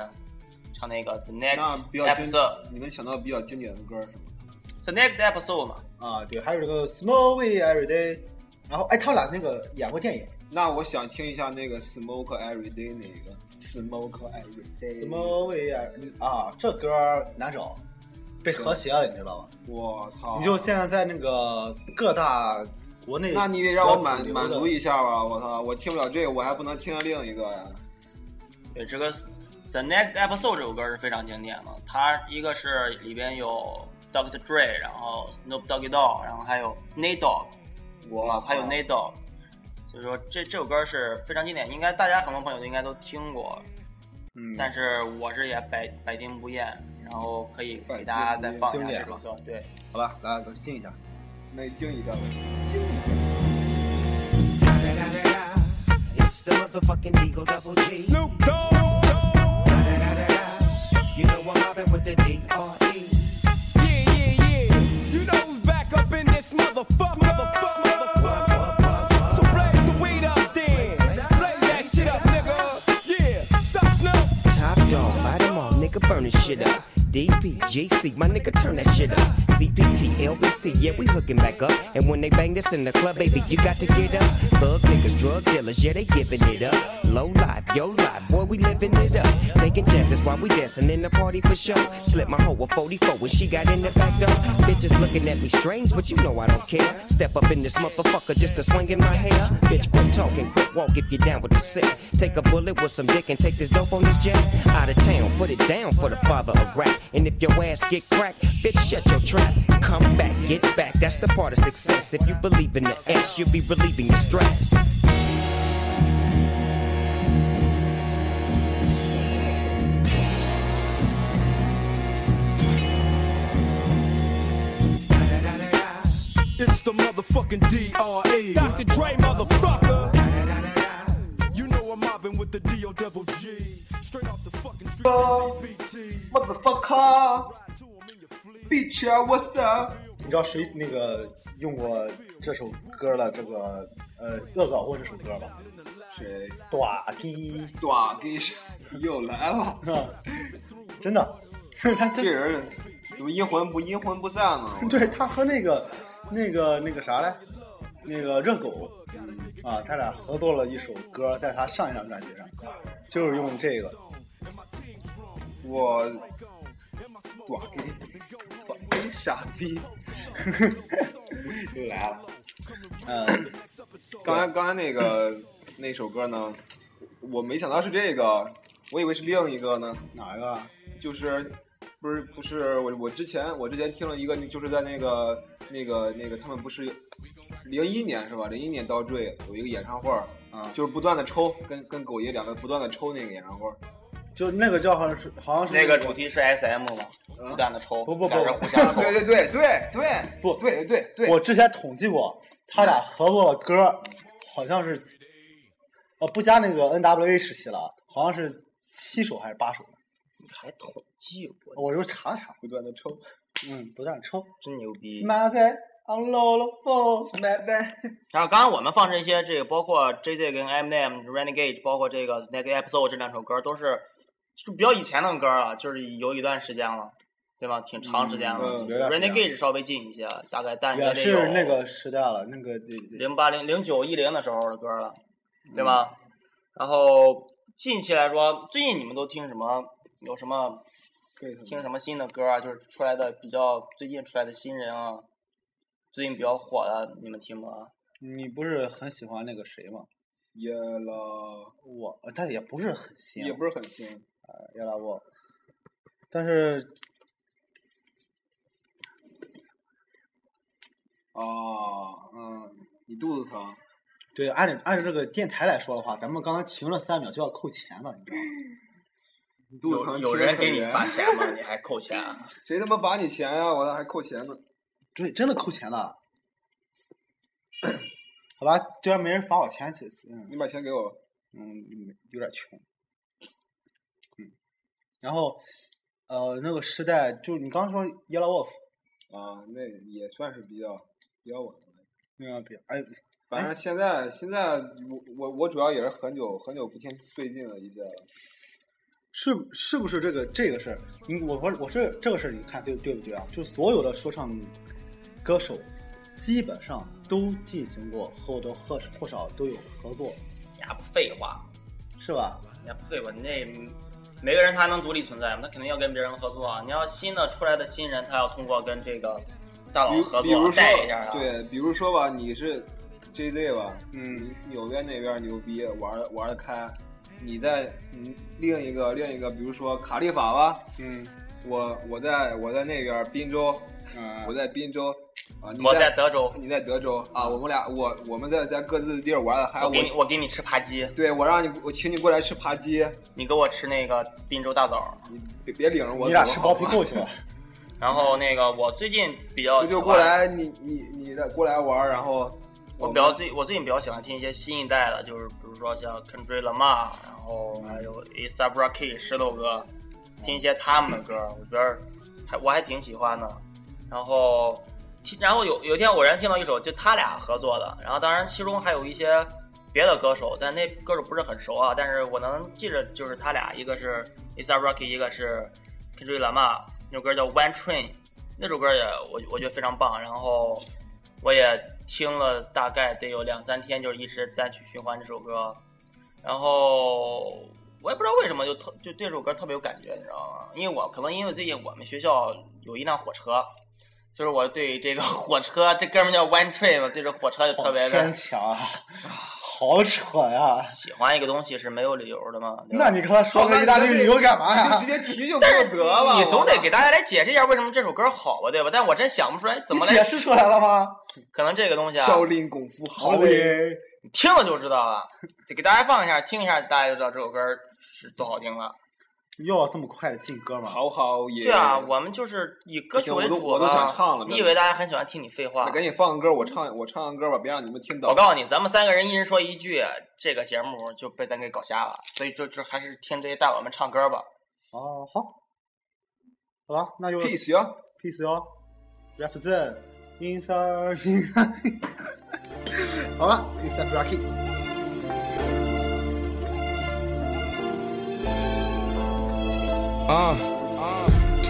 [SPEAKER 2] 唱那个 The
[SPEAKER 4] 嗯那
[SPEAKER 2] Next
[SPEAKER 4] 比较经
[SPEAKER 2] Episode，The，
[SPEAKER 4] 你能想到比较经典的歌是什么？
[SPEAKER 2] Next Episode 嘛，
[SPEAKER 1] 啊，对，还有这个 Small Way Every Day，然后哎，他俩那个演过电影
[SPEAKER 4] 那我想听一下那个 Smoke Every Day 那个 Smoke Every Day。
[SPEAKER 1] ，Small Way Every 啊，这歌儿难找，被和谐了，你知道吗？
[SPEAKER 4] 我操！
[SPEAKER 1] 你就现在在那个各大国内，
[SPEAKER 4] 那你得让我满
[SPEAKER 1] 比较主流
[SPEAKER 4] 满
[SPEAKER 1] 的
[SPEAKER 4] 足一下吧！我操，我听不了这个，我还不能听另一个呀。
[SPEAKER 2] 对，这个 The Next Episode 这首歌是非常经典嘛。它一个是里边有 Dr. Dre，然后 Snoop Doggy Dogg，然后还有 Nate Dogg，
[SPEAKER 4] 我
[SPEAKER 2] 还有 Nate Dogg。所以说这这首歌是非常经典，应该大家很多朋友应该都听过，
[SPEAKER 4] 嗯，
[SPEAKER 2] 但是我是也百百听不厌，然后可以给大家再放一下这首歌。对，
[SPEAKER 1] 好吧，来，咱听一下。
[SPEAKER 4] 那你静一下吧。
[SPEAKER 7] It's the motherfucking Eagle Double G.
[SPEAKER 5] Snoop Dogg.
[SPEAKER 7] You know I'm mobbing with the E. D.R.E.
[SPEAKER 5] Yeah, yeah, yeah. You know who's back up in this motherfucker. motherfucker, motherfucker. So blaze the weed up then. Blaze that shit up, nigga. Yeah. Sup, Snoop?
[SPEAKER 7] Top dog, bite 'em all, nigga, burn this shit up. DPGC, my nigga, turn that shit up. CPT, LBC, yeah, we hooking back up. And when they bang this in the club, baby, you got to get up. Thug niggas, drug dealers, yeah, they giving it up. Low life, yo life, boy, we living it up. Taking chances while we dancing in the party for show. Slip my hoe a 44 when she got in the back door. Bitches looking at me strange, but you know I don't care. Step up in this motherfucker just to swing in my hair. Bitch, quit talking, quit walk if you're down with the sick. Take a bullet with some dick and take this dope on this jet. Out of town, put it down for the father of rap. And if your ass get cracked, bitch, shut your trap. Come back, get back. That's the part of success. If you believe in the ass, you'll be relieving your stress.
[SPEAKER 5] E.
[SPEAKER 4] Motherfucker, bitch, what's up？
[SPEAKER 1] 你知道谁那个用过这首歌的这个呃恶搞过这首歌吧？
[SPEAKER 4] 谁？
[SPEAKER 1] 短踢，
[SPEAKER 4] 短给谁又 来了？
[SPEAKER 1] 真的， 他
[SPEAKER 4] 这
[SPEAKER 1] 真
[SPEAKER 4] 人怎么阴魂不阴魂不散呢？
[SPEAKER 1] 对他和那个那个那个啥来，那个热狗啊，他俩合作了一首歌，在他上一张专辑上，就是用这个。
[SPEAKER 4] 我短给短给傻逼。
[SPEAKER 1] 又来了，呃，
[SPEAKER 4] 刚才刚才那个那首歌呢，我没想到是这个，我以为是另一个呢，
[SPEAKER 1] 哪个啊？
[SPEAKER 4] 就是。不是不是，我我之前我之前听了一个，就是在那个那个那个，他们不是零一年是吧？零一年到坠有一个演唱会儿，
[SPEAKER 1] 啊
[SPEAKER 4] 就是不断的抽，跟跟狗爷两个不断的抽那个演唱会儿。
[SPEAKER 1] 就那个叫好像是好像是
[SPEAKER 2] 那个主题是 SM 嘛，
[SPEAKER 4] 啊
[SPEAKER 2] 不断的抽，
[SPEAKER 1] 不不不
[SPEAKER 2] 俩人互相 抽
[SPEAKER 4] 对。对对对对，
[SPEAKER 1] 不
[SPEAKER 4] 对对对，
[SPEAKER 1] 我之前统计过，他俩合作的歌好像是，呃，不加那个 N W A 时期了啊，好像是七首还是八首。
[SPEAKER 2] 还统计过，
[SPEAKER 1] 我就查了查，
[SPEAKER 4] 不断的抽。
[SPEAKER 1] 嗯，不断抽。
[SPEAKER 2] 真牛逼！
[SPEAKER 1] Smile that on roll o s m i l e that。
[SPEAKER 2] 然后刚刚我们放这些，这个包括 JZ 跟 Eminem、Renegade，包括这个 n e g a Episode 这两首歌，都是就是比较以前的歌了，就是有一段时间了，对吧？挺长时间了。
[SPEAKER 1] 嗯有段时间
[SPEAKER 2] Renegade 稍微近一些，大概但
[SPEAKER 1] 也是那个时代了，那个对对
[SPEAKER 2] 零八零零九一零的时候的歌了，对吧？
[SPEAKER 1] 嗯
[SPEAKER 2] 然后近期来说，最近你们都听什么？有什么听什么新的歌啊？就是出来的比较最近出来的新人啊，最近比较火的，你们听吗？
[SPEAKER 1] 你不是很喜欢那个谁吗？
[SPEAKER 4] 也了，
[SPEAKER 1] 我他也不是很新，
[SPEAKER 4] 也不是很新。
[SPEAKER 1] 呃，也拉沃，但是
[SPEAKER 4] 哦，嗯，你肚子疼，
[SPEAKER 1] 对按照按照这个电台来说的话，咱们刚刚停了三秒就要扣钱了，你知道吗？
[SPEAKER 4] 你肚子
[SPEAKER 2] 有
[SPEAKER 4] 疼。
[SPEAKER 2] 有人给你发钱 吗？你还扣钱啊？
[SPEAKER 4] 谁他妈罚你钱呀、我咋还扣钱呢？
[SPEAKER 1] 对，真的扣钱了。好吧，既然没人罚我钱，其实嗯
[SPEAKER 4] 你把钱给我吧。
[SPEAKER 1] 嗯，有点穷。嗯，然后呃，那个时代就你刚说 Yellow Wolf
[SPEAKER 4] 啊，那也算是比较比较晚的。
[SPEAKER 1] 那个比哎
[SPEAKER 4] 反正现在现在我我我主要也是很久很久不听最近的一届了。
[SPEAKER 1] 是是不是这个这个事儿？你我我我是这个事儿，你看对对不对啊？就所有的说唱歌手，基本上都进行过或多或少或少都有合作，
[SPEAKER 2] 你还不废话？
[SPEAKER 1] 是吧？
[SPEAKER 2] 你还不废话？你那每个人他能独立存在吗？他肯定要跟别人合作啊！你要新的出来的新人，他要通过跟这个大佬
[SPEAKER 4] 比如
[SPEAKER 2] 合
[SPEAKER 4] 比如
[SPEAKER 2] 作
[SPEAKER 4] 说
[SPEAKER 2] 带一下啊。
[SPEAKER 4] 对，比如说吧，你是 JZ 吧，
[SPEAKER 1] 嗯，
[SPEAKER 4] 你纽约那边牛逼，玩儿玩的开。你在嗯另一个另一个，比如说卡利法吧，
[SPEAKER 1] 嗯
[SPEAKER 4] 我我在我在那边滨州，
[SPEAKER 1] 嗯
[SPEAKER 4] 我在滨州啊，你
[SPEAKER 2] 我在
[SPEAKER 4] 在
[SPEAKER 2] 德州，
[SPEAKER 4] 你在德州啊，我们俩我我们在在各自的地儿玩的嗨，
[SPEAKER 2] 我
[SPEAKER 4] 我
[SPEAKER 2] 给你我给你吃扒鸡，
[SPEAKER 4] 对我让你我请你过来吃扒鸡，
[SPEAKER 2] 你给我吃那个滨州大枣。
[SPEAKER 4] 你别别领着我走，
[SPEAKER 1] 你俩吃
[SPEAKER 4] 好
[SPEAKER 1] 包
[SPEAKER 4] 吗
[SPEAKER 1] 皮扣去了，
[SPEAKER 2] 然后那个我最近比较
[SPEAKER 4] 你
[SPEAKER 2] 喜
[SPEAKER 4] 就
[SPEAKER 2] 欢
[SPEAKER 4] 过来，你你你的过来玩儿，然后
[SPEAKER 2] 我
[SPEAKER 4] 们
[SPEAKER 2] 比较最我最近比较喜欢听一些新一代的，就是比如说像 Kendrick Lamar，然后还有 A$AP Rocky 石头哥，听一些他们的歌，我觉得还我还挺喜欢的。然后听，然后有有一天偶然听到一首就他俩合作的，然后当然其中还有一些别的歌手，但那歌手不是很熟啊，但是我能记着就是他俩，一个是 A$AP Rocky，一个是 Kendrick Lamar，那首歌叫 One Train，那首歌也我我觉得非常棒，然后。我也听了大概得有两三天，就是一直单曲循环这首歌，然后我也不知道为什么就特就对这首歌特别有感觉，你知道吗？因为我可能因为最近我们学校有一辆火车，就是我对这个火车这哥们叫 One Train 嘛，对这火车就
[SPEAKER 1] 好
[SPEAKER 2] 特别
[SPEAKER 1] 牵
[SPEAKER 2] 的
[SPEAKER 1] 强啊，好扯呀、
[SPEAKER 2] 喜欢一个东西是没有理由的嘛。对吧
[SPEAKER 1] 那你刚才说这一大堆理由干嘛
[SPEAKER 4] 你
[SPEAKER 1] 呀？
[SPEAKER 4] 就直接提就给我得了，
[SPEAKER 2] 你总得
[SPEAKER 4] 我
[SPEAKER 2] 给大家来解释一下为什么这首歌好吧，对吧？但我真想不出来怎
[SPEAKER 1] 你
[SPEAKER 2] 么
[SPEAKER 1] 解
[SPEAKER 2] 来，
[SPEAKER 1] 释出来了吗？
[SPEAKER 2] 可能这个东西啊，
[SPEAKER 4] 少林功夫
[SPEAKER 1] 好
[SPEAKER 4] 好嘞。
[SPEAKER 1] 嘞，
[SPEAKER 2] 你听了就知道了。就给大家放一下，听一下，大家就知道这首歌是多好听了。
[SPEAKER 1] 又要这么快的进歌吗？
[SPEAKER 4] 好好耶！
[SPEAKER 2] 对啊，我们就是以歌曲为
[SPEAKER 4] 不
[SPEAKER 2] 主
[SPEAKER 4] 行我都我都
[SPEAKER 2] 吧
[SPEAKER 4] 想唱了
[SPEAKER 2] 你以为大家很喜欢听你废话
[SPEAKER 4] 那？赶紧放个歌，我唱我唱个歌吧，别让你们听到。
[SPEAKER 2] 我告诉你，咱们三个人一人说一句，这个节目就被咱给搞瞎了。所以就就还是听这些大佬们唱歌吧。
[SPEAKER 1] 哦，好，好吧，那就
[SPEAKER 4] peace 呀，
[SPEAKER 1] peace 哟，represent inside inside，好吧，inside Rocky。
[SPEAKER 8] Uh,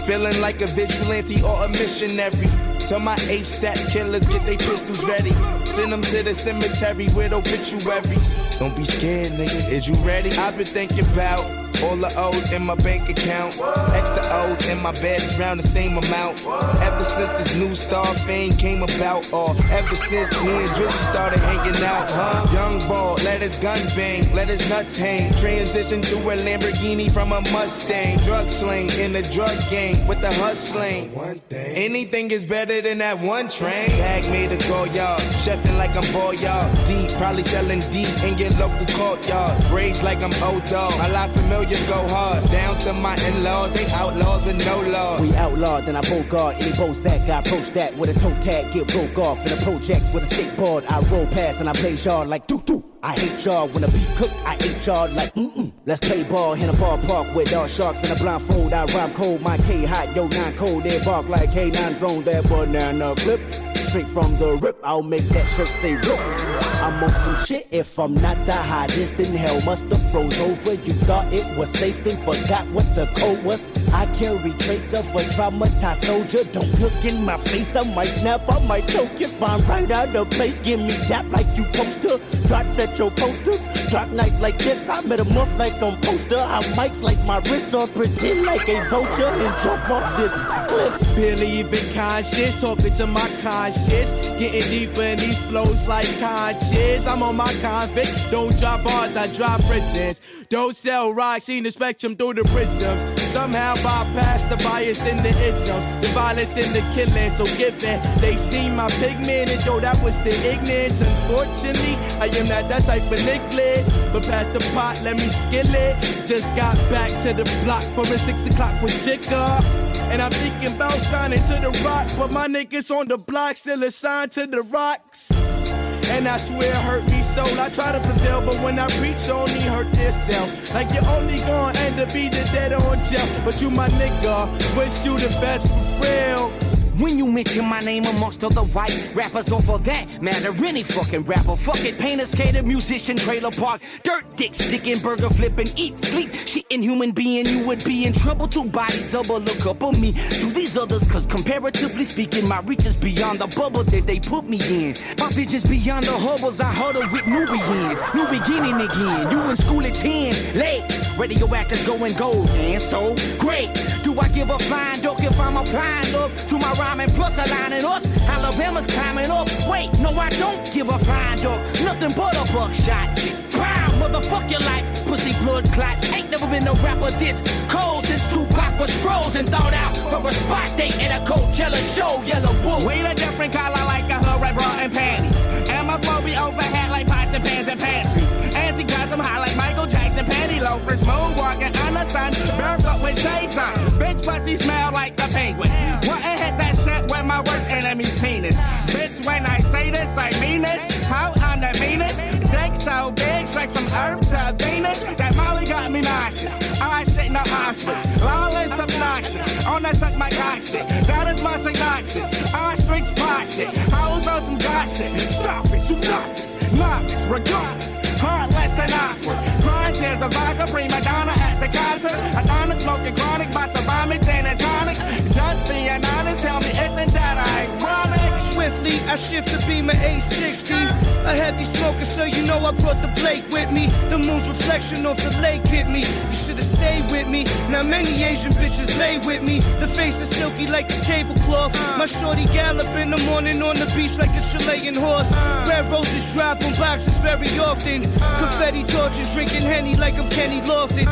[SPEAKER 8] feeling like a vigilante or a missionary. Tell my ASAP killers get their pistols ready. Send them to the cemetery with obituaries. Don't be scared, nigga. Is you ready? I've been thinking about all the O's in my bank account. Extra O's in my bed is round the same amount. Ever since this new star fame came about, or ever since me and Drizzy started hanging out, huh? Young ball, let his gun bang, let his nuts hang. Transition to a Lamborghini from a Mustang. Drug sling in the drug gang with the hustling. One thing. Anything is better than that one train. Bag made a call, y'all. Chefing like I'm ball, y'all. Deep, probably selling deep in your local courtyard. Braids like I'm old dog. My life familiar, go hard. Down to my in-laws, they outlaws with no law.
[SPEAKER 7] We outlawed, then I broke guard. Any Bozak, I approach that with a toe tag, get broke off. In the projects with a skateboard, I roll past and I play yard like doo doo. I hate y'all when the beef cook, I hate y'all like mm mm. Let's play ball in a ballpark with all sharks in a blindfold. I rhyme cold, my K hot, yo nine cold. They bark like K9 drone, that boy now no clip.
[SPEAKER 9] Straight from the rip, I'll make that shirt say rip. I'm on some shit if I'm not the hottest. Then hell must have froze over. You thought it was safe, then forgot what the code was. I carry traits of a traumatized soldier. Don't look in my face, I might snap, I might choke your spine right out of place. Give me that like you poster. Dots at your posters. Dark nights like this, I metamorph like I'm poster. I might slice my wrist or pretend like a vulture and jump off this cliff.
[SPEAKER 10] Barely even conscious, talking to my conscience. Getting deeper in these flows like conscious. I'm on my convict, don't drop bars, I drop prisons. Don't sell rocks, seen the spectrum through the prisms. Somehow bypass the bias in the isms, the violence in the killing. So given they seen my pigment, and though that was the ignorance, unfortunately, I am not that type of nigga. But past the pot, let me skill it. Just got back to the block from a six o'clock with Jigga. And I'm thinking about signing to the rock, but my niggas on the block still assigned to the rocks. And I swear it hurt me so. I try to prevail, but when I preach, I only hurt themselves. Like you're only gonna end up either dead or in jail. But you my nigga, wish you the best for real.
[SPEAKER 7] When you mention my name amongst other white rappers, or for that matter, any fucking rapper, fuck it, painter, skater, musician, trailer park, dirt dick, sticking, burger flipping, eat, sleep, shit, in human being, you would be in trouble. Two body double look up on me to these others, cause comparatively speaking, my reach is beyond the bubble that they put me in. My vision's beyond the hubbles I huddle with Nubians, new beginning again. You in school at 10, late, radioactive's going gold, and so great. Do I give a flying duck if I'm applying love to my rhyming plus aligning us? Alabama's climbing up. Wait, no, I don't give a flying duck. Nothing but a buckshot. Pow, motherfuck your life, pussy blood clot. Ain't never been a rapper this cold since Tupac was frozen, thawed out from a spot date at a Coachella show. Yellow wool.
[SPEAKER 10] We the different color like a hood red bra and panties. And my phone be overhead like pots and pans and pantries. Anti-cosm high like Michael Jackson, panty loafers, moonwalking on the sun, barefoot with shades on. Bitch pussy smell like the penguin. Wouldn't hit that shit with my worst enemy's penis. Bitch, when I say this, I mean this. How I'm the meanest? Dick so big, straight from Earth to Venus. That Molly got me nauseous. I shit no ostrich. Lawless obnoxious. On that suck my god shit. That is my synopsis. Our streets pot shit. Hoes on some god shit. Stop it, you knockers. Knockers, regardless. Heartless and awkward. Crying tears of vodka, prima donna at the concert. A diamond smoking chronic, bout the vomit, gin and tonic. Just being honest, tell me, isn't that ironic?
[SPEAKER 11] Swiftly, I shift the beamer A60. A heavy smoker, so you know I brought the Blake with me. The moon's reflection off the lake hit me. You should've stayed with me. Now many Asian bitches lay with me. The face is silky like a tablecloth. My shorty gallop in the morning on the beach like a Chilean horse. Red roses drop on boxes very often. Confetti torture, drinking henny like I'm Kenny Lofton.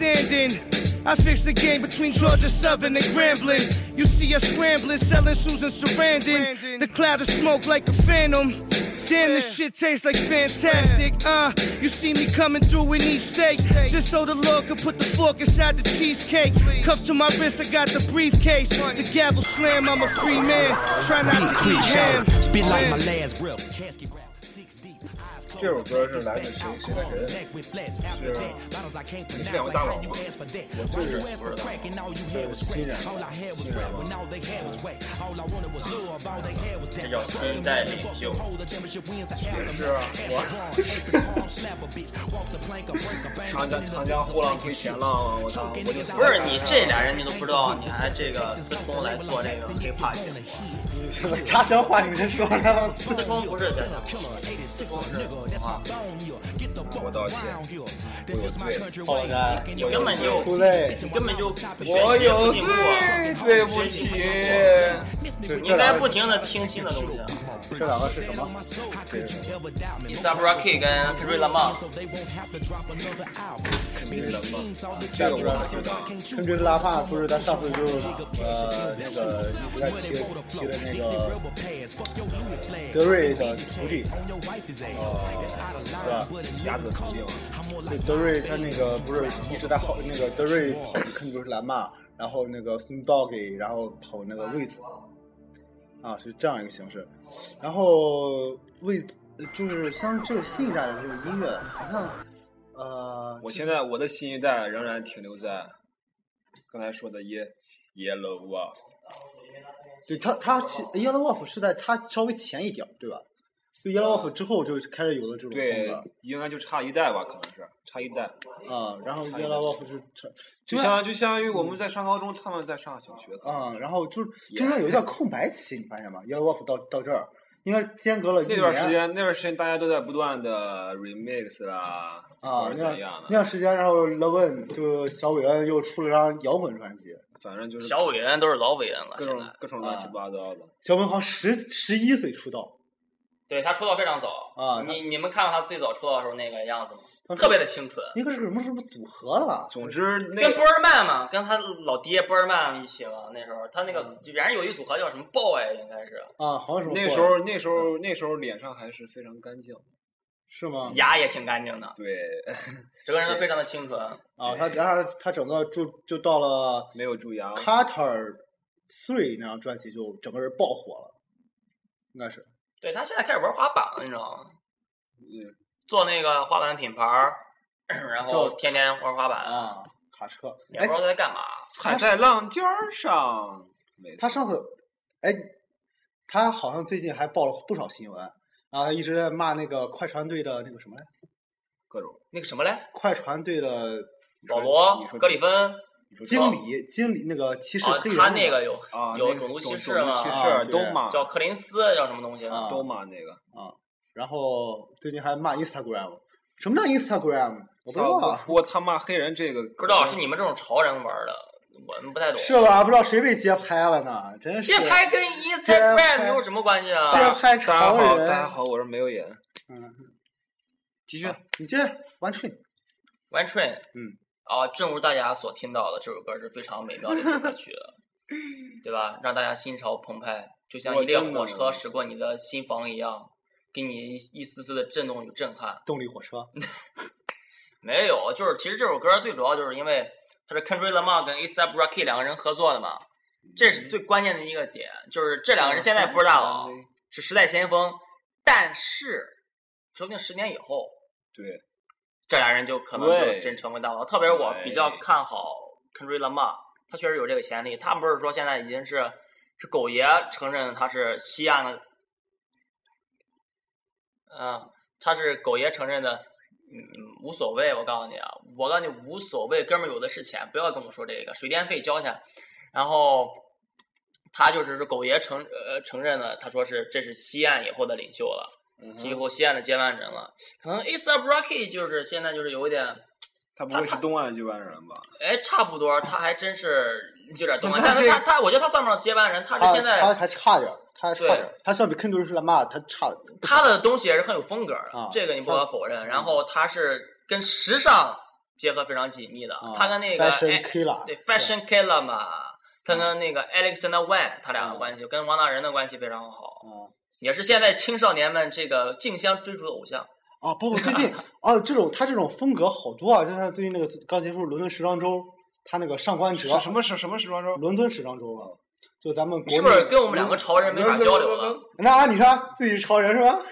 [SPEAKER 11] Outstanding. I fixed the game between Georgia Southern and Grambling. You see us scrambling, selling Susan Sarandon. The cloud of smoke like a phantom. Damn, this shit tastes like fantastic. Uh, you see me coming through in each steak. Just so the Lord could put the fork inside the cheesecake. Cuffs to my wrist, I got the briefcase. The gavel slam, I'm a free man. Try not to eat ham.
[SPEAKER 7] Spit like my
[SPEAKER 11] Man.
[SPEAKER 7] last breath. Casket wrap, six deep, eyes closed.
[SPEAKER 4] 这首歌是来自谁？谁的人？两个大佬吗？
[SPEAKER 2] 这叫新代领袖。
[SPEAKER 4] 长江长江后浪推前浪，我操！我就
[SPEAKER 2] 不是你这俩人你都不知道，你还这个自封来做这个 hiphop 节目？
[SPEAKER 1] 我家乡话你是说 的，
[SPEAKER 2] 自封不是在那，自封是啊，
[SPEAKER 4] 我道歉，我有罪，
[SPEAKER 1] 好的，
[SPEAKER 2] 你根本就
[SPEAKER 1] 不累，
[SPEAKER 2] 你根本就学习
[SPEAKER 4] 我有
[SPEAKER 2] 不进步
[SPEAKER 4] 罪，
[SPEAKER 2] 啊，
[SPEAKER 4] 对不起。
[SPEAKER 1] 这
[SPEAKER 2] 你
[SPEAKER 1] 这
[SPEAKER 2] 应该
[SPEAKER 1] 两
[SPEAKER 2] 不
[SPEAKER 1] 个
[SPEAKER 2] 停的听新的东西啊。
[SPEAKER 1] 这两个是什么？
[SPEAKER 2] i s a b r a K 跟 k r i l a m a
[SPEAKER 1] 这个我知道。春之拉帕不是咱上次就呃那个在提提的那个德瑞的徒弟，哦，对吧？
[SPEAKER 4] 鸭子肯定，
[SPEAKER 1] 对德瑞他那个不是一直在跑那个德瑞肯就是蓝嘛，然后那个 Snoop Dogg 然后跑那个 Wiz，啊是这样一个形式，然后 Wiz 就是像这是新一代的这个音乐，好像呃
[SPEAKER 4] 我现在我的新一代仍然停留在刚才说的耶 Yellow Wolf，
[SPEAKER 1] 对他他其 Yellow Wolf 是在他稍微前一点儿，对吧？就 Yellow Wolf 之后就开始有了这种风
[SPEAKER 4] 嗯对
[SPEAKER 1] 格，
[SPEAKER 4] 应该就差一代吧，可能是差一代。
[SPEAKER 1] 啊，然后
[SPEAKER 4] 差
[SPEAKER 1] Yellow Wolf 是
[SPEAKER 4] 就
[SPEAKER 1] 中间
[SPEAKER 4] 相就相当于我们在上高中，他们在上小学。
[SPEAKER 1] 嗯啊、然后就是中间有一段空白期，你发现吗？Yellow Wolf 到到这儿，应该间隔了一
[SPEAKER 4] 那
[SPEAKER 1] 年
[SPEAKER 4] 段时间，那段时间大家都在不断的 remix 啦，
[SPEAKER 1] 啊，
[SPEAKER 4] 或者
[SPEAKER 1] 那
[SPEAKER 4] 怎
[SPEAKER 1] 段
[SPEAKER 4] 样
[SPEAKER 1] 那
[SPEAKER 4] 的，
[SPEAKER 1] 段时间，然后 Levin 就小韦恩又出了张摇滚专辑，
[SPEAKER 4] 反正就是
[SPEAKER 2] 小韦恩都是老韦恩了，
[SPEAKER 4] 各
[SPEAKER 2] 现
[SPEAKER 4] 种
[SPEAKER 2] 在
[SPEAKER 4] 各种乱
[SPEAKER 1] 啊
[SPEAKER 4] 七八糟的。
[SPEAKER 1] 小文好像十十一岁出道，
[SPEAKER 2] 对他出道非常早
[SPEAKER 1] 啊
[SPEAKER 2] 你你们看到他最早出道的时候那个样子
[SPEAKER 1] 他
[SPEAKER 2] 吗？
[SPEAKER 1] 是
[SPEAKER 2] 特别的清纯，
[SPEAKER 1] 应该是什么什么组合了吧？
[SPEAKER 4] 总之那
[SPEAKER 2] 跟波尔曼嘛，跟他老爹波尔曼一起嘛。那时候他那个就反正有一组合叫什么 boy，应该是
[SPEAKER 1] 啊，好像什么
[SPEAKER 4] 那
[SPEAKER 1] 过
[SPEAKER 4] 时
[SPEAKER 1] 来
[SPEAKER 4] 候那时候
[SPEAKER 1] 嗯
[SPEAKER 4] 那时候脸上还是非常干净。
[SPEAKER 1] 是吗？
[SPEAKER 2] 牙也挺干净的，
[SPEAKER 4] 对，
[SPEAKER 2] 整个人都非常的清纯。
[SPEAKER 1] 啊，他然后他整个就就到了
[SPEAKER 4] 没有蛀牙。
[SPEAKER 1] Carter Three 那张专辑就整个人爆火了，应该是
[SPEAKER 2] 对他现在开始玩滑板了，你知道吗？
[SPEAKER 4] 嗯，
[SPEAKER 2] 做那个滑板品牌儿， 然后
[SPEAKER 1] 叫
[SPEAKER 2] 天天玩滑板，
[SPEAKER 1] 啊，卡车。
[SPEAKER 2] 也
[SPEAKER 1] 哎
[SPEAKER 2] 不，知道他在干嘛。
[SPEAKER 4] 踩在浪尖儿上。没
[SPEAKER 1] 他上次，哎，他好像最近还爆了不少新闻，然后他一直在骂那个快船队的那个什么来，
[SPEAKER 4] 各种
[SPEAKER 2] 那个什么嘞，
[SPEAKER 1] 快船队的
[SPEAKER 2] 保
[SPEAKER 4] 你
[SPEAKER 2] 罗
[SPEAKER 4] 说
[SPEAKER 2] 格里芬
[SPEAKER 1] 经理经理那个骑士
[SPEAKER 2] 啊，
[SPEAKER 1] 黑人
[SPEAKER 2] 他那个有
[SPEAKER 4] 啊，
[SPEAKER 2] 有
[SPEAKER 4] 哦那个
[SPEAKER 2] 种族歧视
[SPEAKER 4] 种
[SPEAKER 2] 嘛
[SPEAKER 4] 族歧
[SPEAKER 1] 啊
[SPEAKER 4] 视
[SPEAKER 1] 对
[SPEAKER 4] 都骂
[SPEAKER 2] 叫柯林斯，叫什么东西？
[SPEAKER 1] 啊
[SPEAKER 4] 都骂那个。
[SPEAKER 1] 然后最近还骂 Instagram，什么叫 Instagram？我不知道
[SPEAKER 4] 操
[SPEAKER 1] 啊，
[SPEAKER 4] 不过他骂黑人这个
[SPEAKER 2] 不知道是你们这种潮人玩的，我们不太懂。
[SPEAKER 1] 是吧？不知道谁被街拍了呢，真是
[SPEAKER 2] 街拍跟
[SPEAKER 1] 街拍
[SPEAKER 2] Instagram 有什么关系
[SPEAKER 1] 街
[SPEAKER 2] 啊？
[SPEAKER 1] 拍
[SPEAKER 4] 大家
[SPEAKER 1] 潮
[SPEAKER 4] 好，
[SPEAKER 1] 人。
[SPEAKER 4] 大家好，我是没有眼。
[SPEAKER 1] 嗯，
[SPEAKER 4] 继续。
[SPEAKER 1] 啊你接着 One Tree
[SPEAKER 2] One Train，
[SPEAKER 1] 嗯，
[SPEAKER 2] 啊，正如大家所听到的，这首歌是非常美妙的一首歌曲，对吧？让大家心潮澎湃，就像
[SPEAKER 4] 我
[SPEAKER 2] 一列
[SPEAKER 4] 真的
[SPEAKER 2] 火车驶过你的心房一样，给你一丝丝的震动与震撼。
[SPEAKER 1] 动力火车
[SPEAKER 2] 没有，就是其实这首歌最主要就是因为它是 Kendrick Lamar 跟 A$AP Rocky 两个人合作的嘛，这是最关键的一个点，就是这两个人现在不是大佬，是时代先锋，但是说不定十年以后，
[SPEAKER 4] 对，
[SPEAKER 2] 这俩人就可能就
[SPEAKER 4] 对
[SPEAKER 2] 真成为大佬。特别是我比较看好 Kendrick Lamar，他确实有这个潜力。他们不是说现在已经是是狗爷承认他是西岸的，嗯、他是狗爷承认的，嗯，无所谓。我告诉你啊，我告诉你无所谓，哥们儿有的是钱，不要跟我说这个，水电费交钱。然后他就是说狗爷承呃承认了，他说是这是西岸以后的领袖了。是以后西岸的接班人了，可能 A$AP Rocky 就是现在就是有一点，
[SPEAKER 4] 他不会是东岸接班人吧？
[SPEAKER 2] 哎，差不多，他还真是有 点东岸，
[SPEAKER 4] 那
[SPEAKER 2] 但
[SPEAKER 4] 这
[SPEAKER 2] 是他他，我觉得他算不上接班人，他是
[SPEAKER 1] 他
[SPEAKER 2] 现在
[SPEAKER 1] 他还差点儿，他还差
[SPEAKER 2] 对
[SPEAKER 1] 点儿，他相比 Kendrick Lamar 他差
[SPEAKER 2] 他的东西也是很有风格的，
[SPEAKER 1] 啊
[SPEAKER 2] 这个你不可否认。然后他是跟时尚结合非常紧密的，
[SPEAKER 1] 啊
[SPEAKER 2] 他跟那个
[SPEAKER 1] Fashion
[SPEAKER 2] 哎
[SPEAKER 1] Killer
[SPEAKER 2] 对 Fashion Killer 嘛，他跟那个 Alexander Wang 他
[SPEAKER 1] 嗯
[SPEAKER 2] 俩的关系，跟王大仁的关系非常好，
[SPEAKER 1] 啊
[SPEAKER 2] 也是现在青少年们这个竞相追逐的偶像。
[SPEAKER 1] 啊，包括最近啊，这种他这种风格好多啊，就像最近那个刚结束伦敦时装周，他那个上官哲
[SPEAKER 4] 什么时什么时装周？
[SPEAKER 1] 伦敦时装周啊，就咱们国
[SPEAKER 2] 是不是
[SPEAKER 1] 内
[SPEAKER 2] 跟我们两个潮人没法交流了？
[SPEAKER 1] 那啊按你说自己是潮人是吧？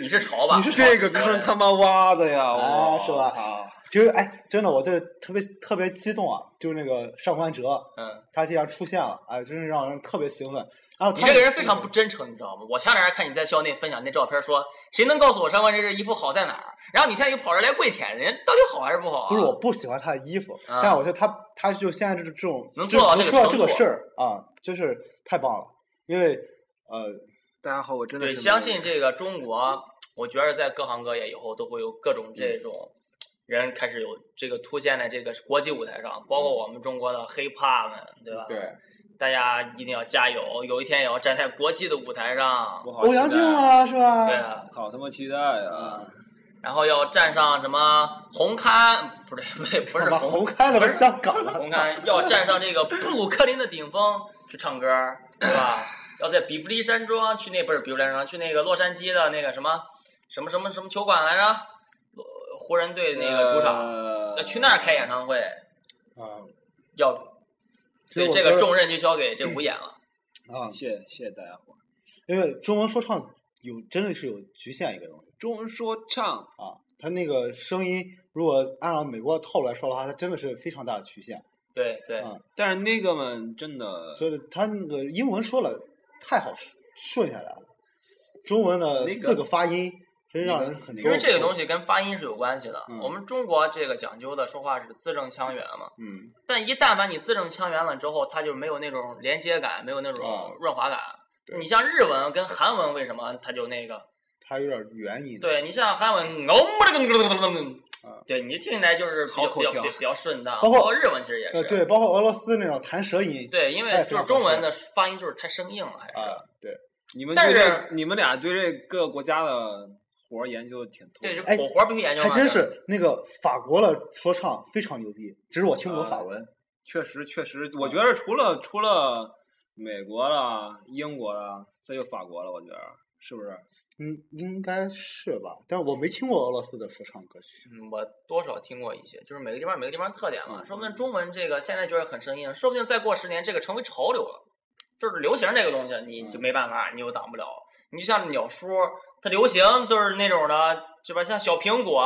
[SPEAKER 2] 你是啊潮吧？
[SPEAKER 1] 你是潮
[SPEAKER 4] 这个可是他妈挖的呀！
[SPEAKER 1] 哎
[SPEAKER 4] 我
[SPEAKER 1] 是吧
[SPEAKER 4] 操
[SPEAKER 1] 其实哎，真的我这特别特别激动啊，就是那个上官哲，
[SPEAKER 2] 嗯，
[SPEAKER 1] 他竟然出现了，哎，真是让人特别兴奋。然后
[SPEAKER 2] 你
[SPEAKER 1] 他
[SPEAKER 2] 这个人非常不真诚，你知道吗？我前两天看你在校内分享那照片说，谁能告诉我上官这是衣服好在哪儿？然后你现在又跑着来跪舔人，到底好还是不好、啊？
[SPEAKER 1] 不是我不喜欢他的衣服，
[SPEAKER 2] 啊
[SPEAKER 1] 但我觉得他他就现在这这种
[SPEAKER 2] 能
[SPEAKER 1] 就
[SPEAKER 2] 做到
[SPEAKER 1] 能
[SPEAKER 2] 这个
[SPEAKER 1] 做到这
[SPEAKER 2] 程
[SPEAKER 1] 个
[SPEAKER 2] 度
[SPEAKER 1] 事儿啊，真是太棒了。因为呃，
[SPEAKER 4] 大家好，我真的
[SPEAKER 2] 对，
[SPEAKER 4] 是
[SPEAKER 2] 相信这个中国，我觉得在各行各业以后都会有各种这种人开始有这个突现在这个国际舞台上，包括我们中国的 hiphop 们，对吧？
[SPEAKER 1] 对，
[SPEAKER 2] 大家一定要加油，有一天也要站在国际的舞台上
[SPEAKER 4] 我。好期
[SPEAKER 1] 欧
[SPEAKER 4] 待
[SPEAKER 1] 阳靖，啊，是吧？
[SPEAKER 2] 对啊，
[SPEAKER 4] 好他妈期待啊！
[SPEAKER 2] 然后要站上什么红磡，不对不对，不是
[SPEAKER 1] 把
[SPEAKER 2] 红
[SPEAKER 1] 红开了，
[SPEAKER 2] 不
[SPEAKER 1] 不
[SPEAKER 2] 是
[SPEAKER 1] 是香港了。
[SPEAKER 2] 红磡要站上这个布鲁克林的顶峰去唱歌，对吧？要在比弗利山庄去那不是比弗利山庄，去那个洛杉矶的那个什么什么什么什么球馆来着？洛湖人队那个主
[SPEAKER 1] 呃
[SPEAKER 2] 场，要
[SPEAKER 4] 场
[SPEAKER 2] 去那儿开演唱会，
[SPEAKER 1] 啊，
[SPEAKER 2] 要
[SPEAKER 1] 其实
[SPEAKER 2] 对
[SPEAKER 1] 我
[SPEAKER 2] 这
[SPEAKER 1] 觉
[SPEAKER 2] 个
[SPEAKER 1] 得嗯
[SPEAKER 2] 重任就交给这五眼了。
[SPEAKER 1] 啊，
[SPEAKER 4] 谢谢谢大家伙儿。
[SPEAKER 1] 因为中文说唱有真的是有局限一个东西
[SPEAKER 4] 中文说唱，
[SPEAKER 1] 啊，它那个声音如果按照美国的套路来说的话，它真的是非常大的局限。
[SPEAKER 2] 对对，
[SPEAKER 4] 但是那个们真的，
[SPEAKER 1] 所以他那个英文说了太好顺顺下来了，中文的
[SPEAKER 2] 那个
[SPEAKER 1] 四个发音真让人很
[SPEAKER 2] 其实这个东
[SPEAKER 1] 西，
[SPEAKER 2] 西跟发音是有关系的。我们中国这个讲究的说话是字正腔圆嘛，
[SPEAKER 1] 嗯，
[SPEAKER 2] 但一但凡你字正腔圆了之后，它就没有那种连接感，没有那种润滑感。你像日文跟韩文，为什么它就那个？
[SPEAKER 1] 它有点元音。
[SPEAKER 2] 对你像韩文，哦对你听起来就是比较
[SPEAKER 1] 好口
[SPEAKER 2] 比较
[SPEAKER 1] 条
[SPEAKER 2] 比较比较顺当，
[SPEAKER 1] 包括
[SPEAKER 2] 日文其实也
[SPEAKER 1] 呃，
[SPEAKER 2] 是。
[SPEAKER 1] 对，包括俄罗斯那种弹舌音，
[SPEAKER 2] 对因
[SPEAKER 1] 它也
[SPEAKER 2] 为
[SPEAKER 1] 非常
[SPEAKER 2] 就是
[SPEAKER 1] 好
[SPEAKER 2] 中文
[SPEAKER 1] 说
[SPEAKER 2] 的发音就是太生硬了，还是。
[SPEAKER 1] 对，
[SPEAKER 4] 你们
[SPEAKER 2] 但
[SPEAKER 4] 对
[SPEAKER 2] 是
[SPEAKER 4] 这你们俩对这各个国家的活儿研究的挺透的，
[SPEAKER 2] 对，就
[SPEAKER 1] 哎
[SPEAKER 2] 口活儿必须研究
[SPEAKER 1] 还
[SPEAKER 2] 嘛
[SPEAKER 1] 真
[SPEAKER 2] 对
[SPEAKER 1] 是那个法国的说唱非常牛逼，只是我听不
[SPEAKER 4] 嗯
[SPEAKER 1] 懂法文。
[SPEAKER 4] 确实，确实，我觉得除了除了美国了、英国了，再就法国了，我觉得是不是？
[SPEAKER 1] 嗯，应该是吧，但是我没听过俄罗斯的说唱歌曲。
[SPEAKER 2] 嗯，我多少听过一些，就是每个地方每个地方特点嘛。
[SPEAKER 4] 嗯
[SPEAKER 2] 说不定中文这个现在觉得很生硬，说不定再过十年这个成为潮流了，就是流行这个东西，你就没办法，你又挡不了。你就像鸟叔，它流行都是那种的，是吧？像小苹果，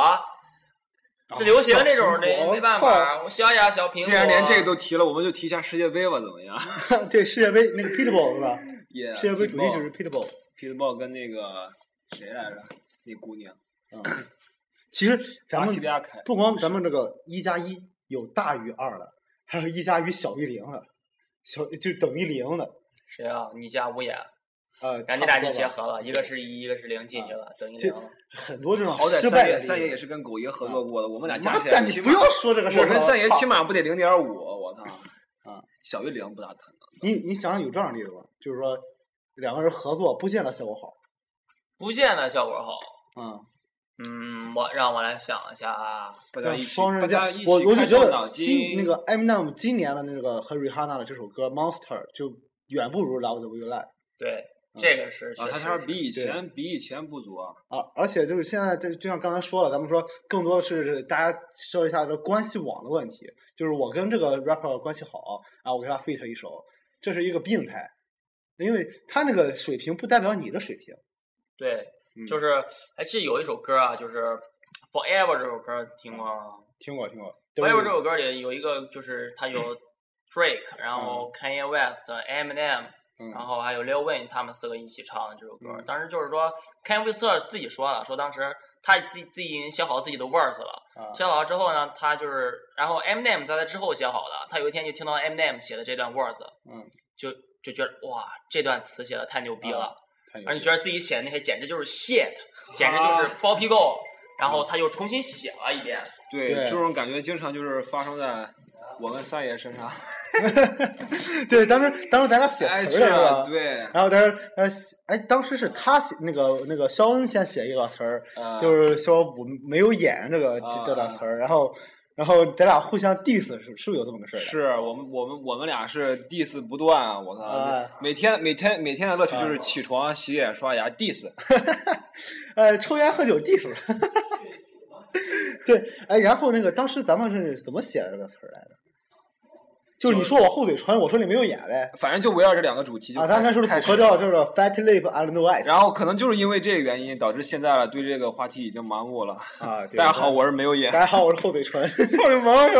[SPEAKER 2] 它流行那种
[SPEAKER 4] 啊
[SPEAKER 2] 的，
[SPEAKER 4] 小苹果
[SPEAKER 2] 没办法。我小呀小苹果，
[SPEAKER 4] 既然连这个都提了，我们就提一下世界杯吧，怎么样？
[SPEAKER 1] 对，世界杯那个 Pitbull 是吧？
[SPEAKER 4] 也
[SPEAKER 1] 世界杯主题曲是 Pitbull。
[SPEAKER 4] 啊 Pitbull 跟那个谁来着？那姑娘，
[SPEAKER 1] 其实咱
[SPEAKER 4] 巴西利亚哎
[SPEAKER 1] 们
[SPEAKER 4] 凯
[SPEAKER 1] 不光咱们这个一加一有大于二的，还有一加于小于零的，小就等于零的。
[SPEAKER 2] 谁啊？你加五眼，
[SPEAKER 1] 呃，
[SPEAKER 2] 然后你
[SPEAKER 1] 差
[SPEAKER 2] 俩
[SPEAKER 1] 不
[SPEAKER 2] 就
[SPEAKER 1] 多
[SPEAKER 2] 结
[SPEAKER 1] 吧
[SPEAKER 2] 合了，一个是一，一个是零，进去了，等于零
[SPEAKER 1] 这
[SPEAKER 2] 了。
[SPEAKER 1] 很多这种
[SPEAKER 4] 好歹
[SPEAKER 1] 失
[SPEAKER 4] 三
[SPEAKER 1] 败的
[SPEAKER 4] 爷
[SPEAKER 1] 例
[SPEAKER 4] 三爷
[SPEAKER 1] 子
[SPEAKER 4] 也是跟狗爷合作过的，我们俩
[SPEAKER 1] 妈
[SPEAKER 4] 加起来
[SPEAKER 1] 蛋你
[SPEAKER 4] 起
[SPEAKER 1] 不
[SPEAKER 4] 码
[SPEAKER 1] 要说这个事儿
[SPEAKER 4] 我跟
[SPEAKER 1] 了
[SPEAKER 4] 三爷
[SPEAKER 1] 操
[SPEAKER 4] 起码不得零点五，我操！
[SPEAKER 1] 啊，
[SPEAKER 4] 小于零不大可能。
[SPEAKER 1] 你你想想有这样的例子吗？就是说两个人合作不见得效果好。
[SPEAKER 2] 不见得效果好。
[SPEAKER 1] 嗯，
[SPEAKER 2] 嗯，我让我来想一下啊，
[SPEAKER 4] 大
[SPEAKER 1] 这样双刃剑，我我就觉得今那个 Eminem 今年的那个和 Rihanna 的这首歌《Monster》就远不如《Love the Way You Lie》
[SPEAKER 2] 对，
[SPEAKER 1] 嗯
[SPEAKER 2] 这个是
[SPEAKER 4] 啊，
[SPEAKER 2] 确
[SPEAKER 4] 他
[SPEAKER 2] 实
[SPEAKER 4] 还
[SPEAKER 2] 是
[SPEAKER 4] 是比以
[SPEAKER 1] 对
[SPEAKER 4] 前比以前不足啊。
[SPEAKER 1] 啊，而且就是现在这就像刚才说了，咱们说更多的是大家说一下这关系网的问题，就是我跟这个 rapper 关系好啊，我给他 fit 一首，这是一个病态，因为他那个水平不代表你的水平。
[SPEAKER 2] 对，
[SPEAKER 1] 嗯
[SPEAKER 2] 就是还记得有一首歌啊，就是《Forever》这首歌，听过吗？
[SPEAKER 1] 听过听过，
[SPEAKER 2] 《Forever》这首哎歌里有一个，就是它 有 Drake，然后 Kanye West、Eminem，
[SPEAKER 1] 嗯
[SPEAKER 2] 然后还有 Lil Wayne 他们四个一起唱的这首歌。
[SPEAKER 1] 嗯
[SPEAKER 2] 当时就是说，Kanye West 自己说了，说当时他自己自己已经写好自己的 verse 了。
[SPEAKER 1] 啊
[SPEAKER 2] 写好了之后呢，他就是，然后 Eminem 他在之后写好的，他有一天就听到 Eminem 写的这段 verse，
[SPEAKER 1] 嗯，啊
[SPEAKER 2] 就就觉得哇，这段词写的太牛逼了。
[SPEAKER 1] 太牛
[SPEAKER 2] 而你
[SPEAKER 1] 逼
[SPEAKER 2] 觉得自己写的那些简直就是 shit，简直
[SPEAKER 1] 啊
[SPEAKER 2] 就是包皮垢，然后他又重新写了一遍。
[SPEAKER 4] 对，
[SPEAKER 1] 对
[SPEAKER 4] 这种感觉经常就是发生在我跟三爷身上。
[SPEAKER 1] 了 对，当时当时咱俩写
[SPEAKER 4] 哎，
[SPEAKER 1] 词
[SPEAKER 4] 是
[SPEAKER 1] 儿的是
[SPEAKER 4] 啊，
[SPEAKER 1] 吧？
[SPEAKER 4] 对，
[SPEAKER 1] 然后但是呃，哎，当时是他写那个那个肖恩先写一个词儿，
[SPEAKER 4] 啊
[SPEAKER 1] 就是说我没有演这个、这这段词儿，然后然后咱俩互相 diss 是是不是有这么个事儿？
[SPEAKER 4] 是我们我们我们俩是 diss 不断啊，我操、
[SPEAKER 1] 哎
[SPEAKER 4] 每天每天每天的乐趣就是起床、洗脸、刷牙 diss，
[SPEAKER 1] 呃，抽烟喝酒 diss。对， 哎，然后那个当时咱们是怎么写的这个词儿来着？就是你说我厚嘴唇，我说你没有眼呗。
[SPEAKER 4] 反正就围绕这两个主题就
[SPEAKER 1] 啊，他那时候
[SPEAKER 4] 开
[SPEAKER 1] 组
[SPEAKER 4] 始
[SPEAKER 1] 合叫这个 fat lip and no eyes。
[SPEAKER 4] 然后可能就是因为这个原因，导致现在对这个话题已经麻木了。
[SPEAKER 1] 啊，对
[SPEAKER 4] 大家好，我是没有眼
[SPEAKER 1] 大。家好，我是厚嘴唇。 我的妈呀！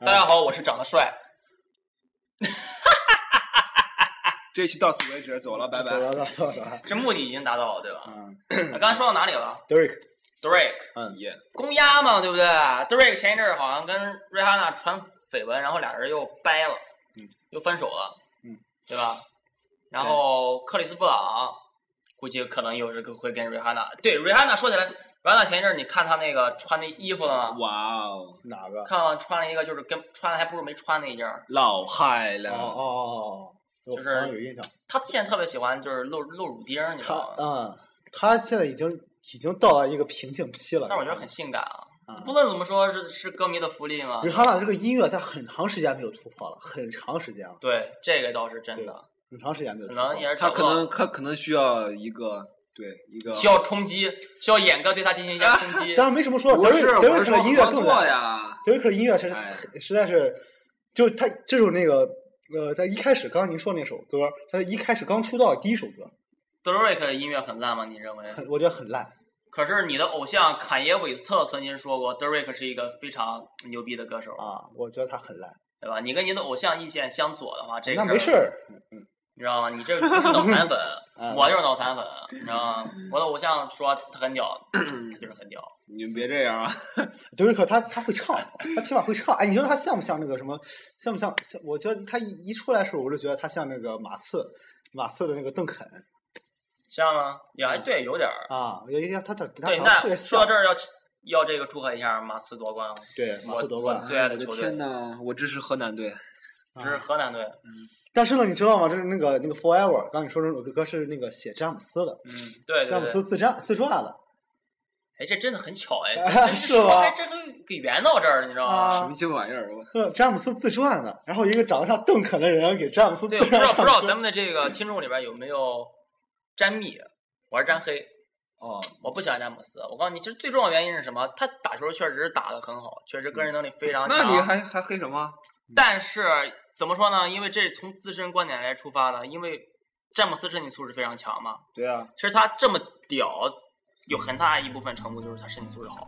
[SPEAKER 2] 大家好，我是长得帅。
[SPEAKER 4] 这一期到此为止，走了，拜拜。
[SPEAKER 1] 走了走了走了。
[SPEAKER 2] 这目的已经达到了，对吧？
[SPEAKER 1] 嗯
[SPEAKER 2] 那刚才说到哪里了
[SPEAKER 1] ，Derek，
[SPEAKER 2] ？Drake
[SPEAKER 1] 嗯，
[SPEAKER 4] 耶、
[SPEAKER 2] 公鸭嘛，对不对？Drake 前一阵儿好像跟瑞哈娜传绯闻，然后俩人又掰了，
[SPEAKER 1] 嗯，
[SPEAKER 2] 又分手了，
[SPEAKER 1] 嗯，
[SPEAKER 2] 对吧？然后克里斯布朗估计可能又是会跟瑞哈娜。对，瑞哈娜说起来，瑞哈娜前一阵儿你看她那个穿那衣服了吗？
[SPEAKER 4] 哇哦，
[SPEAKER 1] 哪个？
[SPEAKER 2] 看看穿了一个就是跟穿的还不如没穿那一件儿。
[SPEAKER 4] 老嗨
[SPEAKER 1] 哦
[SPEAKER 4] 了。
[SPEAKER 1] 哦哦哦，我好
[SPEAKER 2] 就是
[SPEAKER 1] 像有印象。
[SPEAKER 2] 他现在特别喜欢就是露露乳钉儿，你知
[SPEAKER 1] 他
[SPEAKER 2] 道吗？
[SPEAKER 1] 啊，他现在已经已经到了一个瓶颈期了。
[SPEAKER 2] 但是我觉得很性感啊
[SPEAKER 1] 啊。
[SPEAKER 2] 不论怎么说，是是歌迷的福利嘛
[SPEAKER 1] 瑞。哈娜这个音乐在很长时间没有突破了，很长时间了，
[SPEAKER 2] 对，这个倒是真
[SPEAKER 1] 对
[SPEAKER 2] 的，
[SPEAKER 1] 很长时间没有突
[SPEAKER 2] 可
[SPEAKER 1] 破了。
[SPEAKER 2] 能也是
[SPEAKER 4] 他
[SPEAKER 2] 找
[SPEAKER 4] 可
[SPEAKER 2] 不到
[SPEAKER 4] 能他可能需要一个对一个
[SPEAKER 2] 需要冲击，需要演歌对他进行一下冲击。
[SPEAKER 1] 啊当然没什么说
[SPEAKER 4] 不是
[SPEAKER 1] 德瑞
[SPEAKER 4] 我是
[SPEAKER 1] 克的
[SPEAKER 4] 说
[SPEAKER 1] 音乐
[SPEAKER 4] 合
[SPEAKER 1] 更
[SPEAKER 4] 作
[SPEAKER 1] 难。
[SPEAKER 4] 呀，
[SPEAKER 1] 德瑞克的音乐是
[SPEAKER 4] 哎
[SPEAKER 1] 实在是，就是他这首那个呃，在一开始刚刚您说那首歌，他一开始刚出道的第一首歌，
[SPEAKER 2] Drake 的音乐很烂吗？你认为？
[SPEAKER 1] 很我觉得很烂。
[SPEAKER 2] 可是你的偶像坎耶·韦斯特曾经说过，Drake 是一个非常牛逼的歌手。
[SPEAKER 1] 啊啊，我觉得他很烂。
[SPEAKER 2] 对吧？你跟你的偶像意见相左的话，这个
[SPEAKER 1] 那没事儿，
[SPEAKER 2] 你知道吗？你这不是脑残粉
[SPEAKER 1] 嗯，
[SPEAKER 2] 我就是脑残粉，你知道吗？我的偶像说他很屌，他就是很屌。
[SPEAKER 4] 你们别这样啊！
[SPEAKER 1] 德瑞克他他会唱，他起码会唱。哎，你说他像不像那个什么？像不像？像我觉得他一一出来的时候，我就觉得他像那个马刺，马刺的那个邓肯
[SPEAKER 2] 这样吗？啊也还对，有点儿。
[SPEAKER 1] 啊，有一个他他他
[SPEAKER 2] 对，
[SPEAKER 1] 长得特
[SPEAKER 2] 那
[SPEAKER 1] 别
[SPEAKER 2] 说到
[SPEAKER 1] 像
[SPEAKER 2] 这。儿要要这个祝贺一下马刺夺冠，
[SPEAKER 1] 对，马
[SPEAKER 2] 我
[SPEAKER 1] 刺夺冠啊
[SPEAKER 2] 我。最爱的
[SPEAKER 4] 哎我的
[SPEAKER 2] 球
[SPEAKER 4] 天
[SPEAKER 2] 队，
[SPEAKER 4] 呐，我支持河南队。
[SPEAKER 2] 这是河南队。
[SPEAKER 1] 但是呢，你知道吗？就是那个那个 Forever，刚刚你说的那首歌是那个写詹姆斯的，
[SPEAKER 2] 嗯，对
[SPEAKER 1] 詹姆
[SPEAKER 2] 对对
[SPEAKER 1] 斯。自传自传的
[SPEAKER 2] 哎，这真的很巧哎，
[SPEAKER 1] 哎
[SPEAKER 2] 这
[SPEAKER 1] 是
[SPEAKER 2] 这
[SPEAKER 1] 吧
[SPEAKER 2] 说还真给给圆到这儿了，你知道吗？
[SPEAKER 4] 什
[SPEAKER 1] 啊
[SPEAKER 4] 么，鸡巴玩意儿？我
[SPEAKER 1] 呃詹姆斯自传的，然后一个长得像邓肯的人给詹姆斯自
[SPEAKER 2] 对，我不知
[SPEAKER 1] 传
[SPEAKER 2] 道不知道
[SPEAKER 1] 唱歌。
[SPEAKER 2] 咱们的这个听众里边有没有詹密，我是詹黑。
[SPEAKER 1] 哦，
[SPEAKER 2] 我不喜欢詹姆斯，我告诉你，其实最重要的原因是什么？他打球确实是打得很好，确实个人能力非常
[SPEAKER 4] 嗯
[SPEAKER 2] 强。
[SPEAKER 4] 那你还还黑什么？
[SPEAKER 2] 但是怎么说呢？因为这是从自身观点来出发的，因为詹姆斯身体素质非常强嘛。
[SPEAKER 4] 对啊，
[SPEAKER 2] 其实他这么屌，有很大一部分程度就是他身体素质好，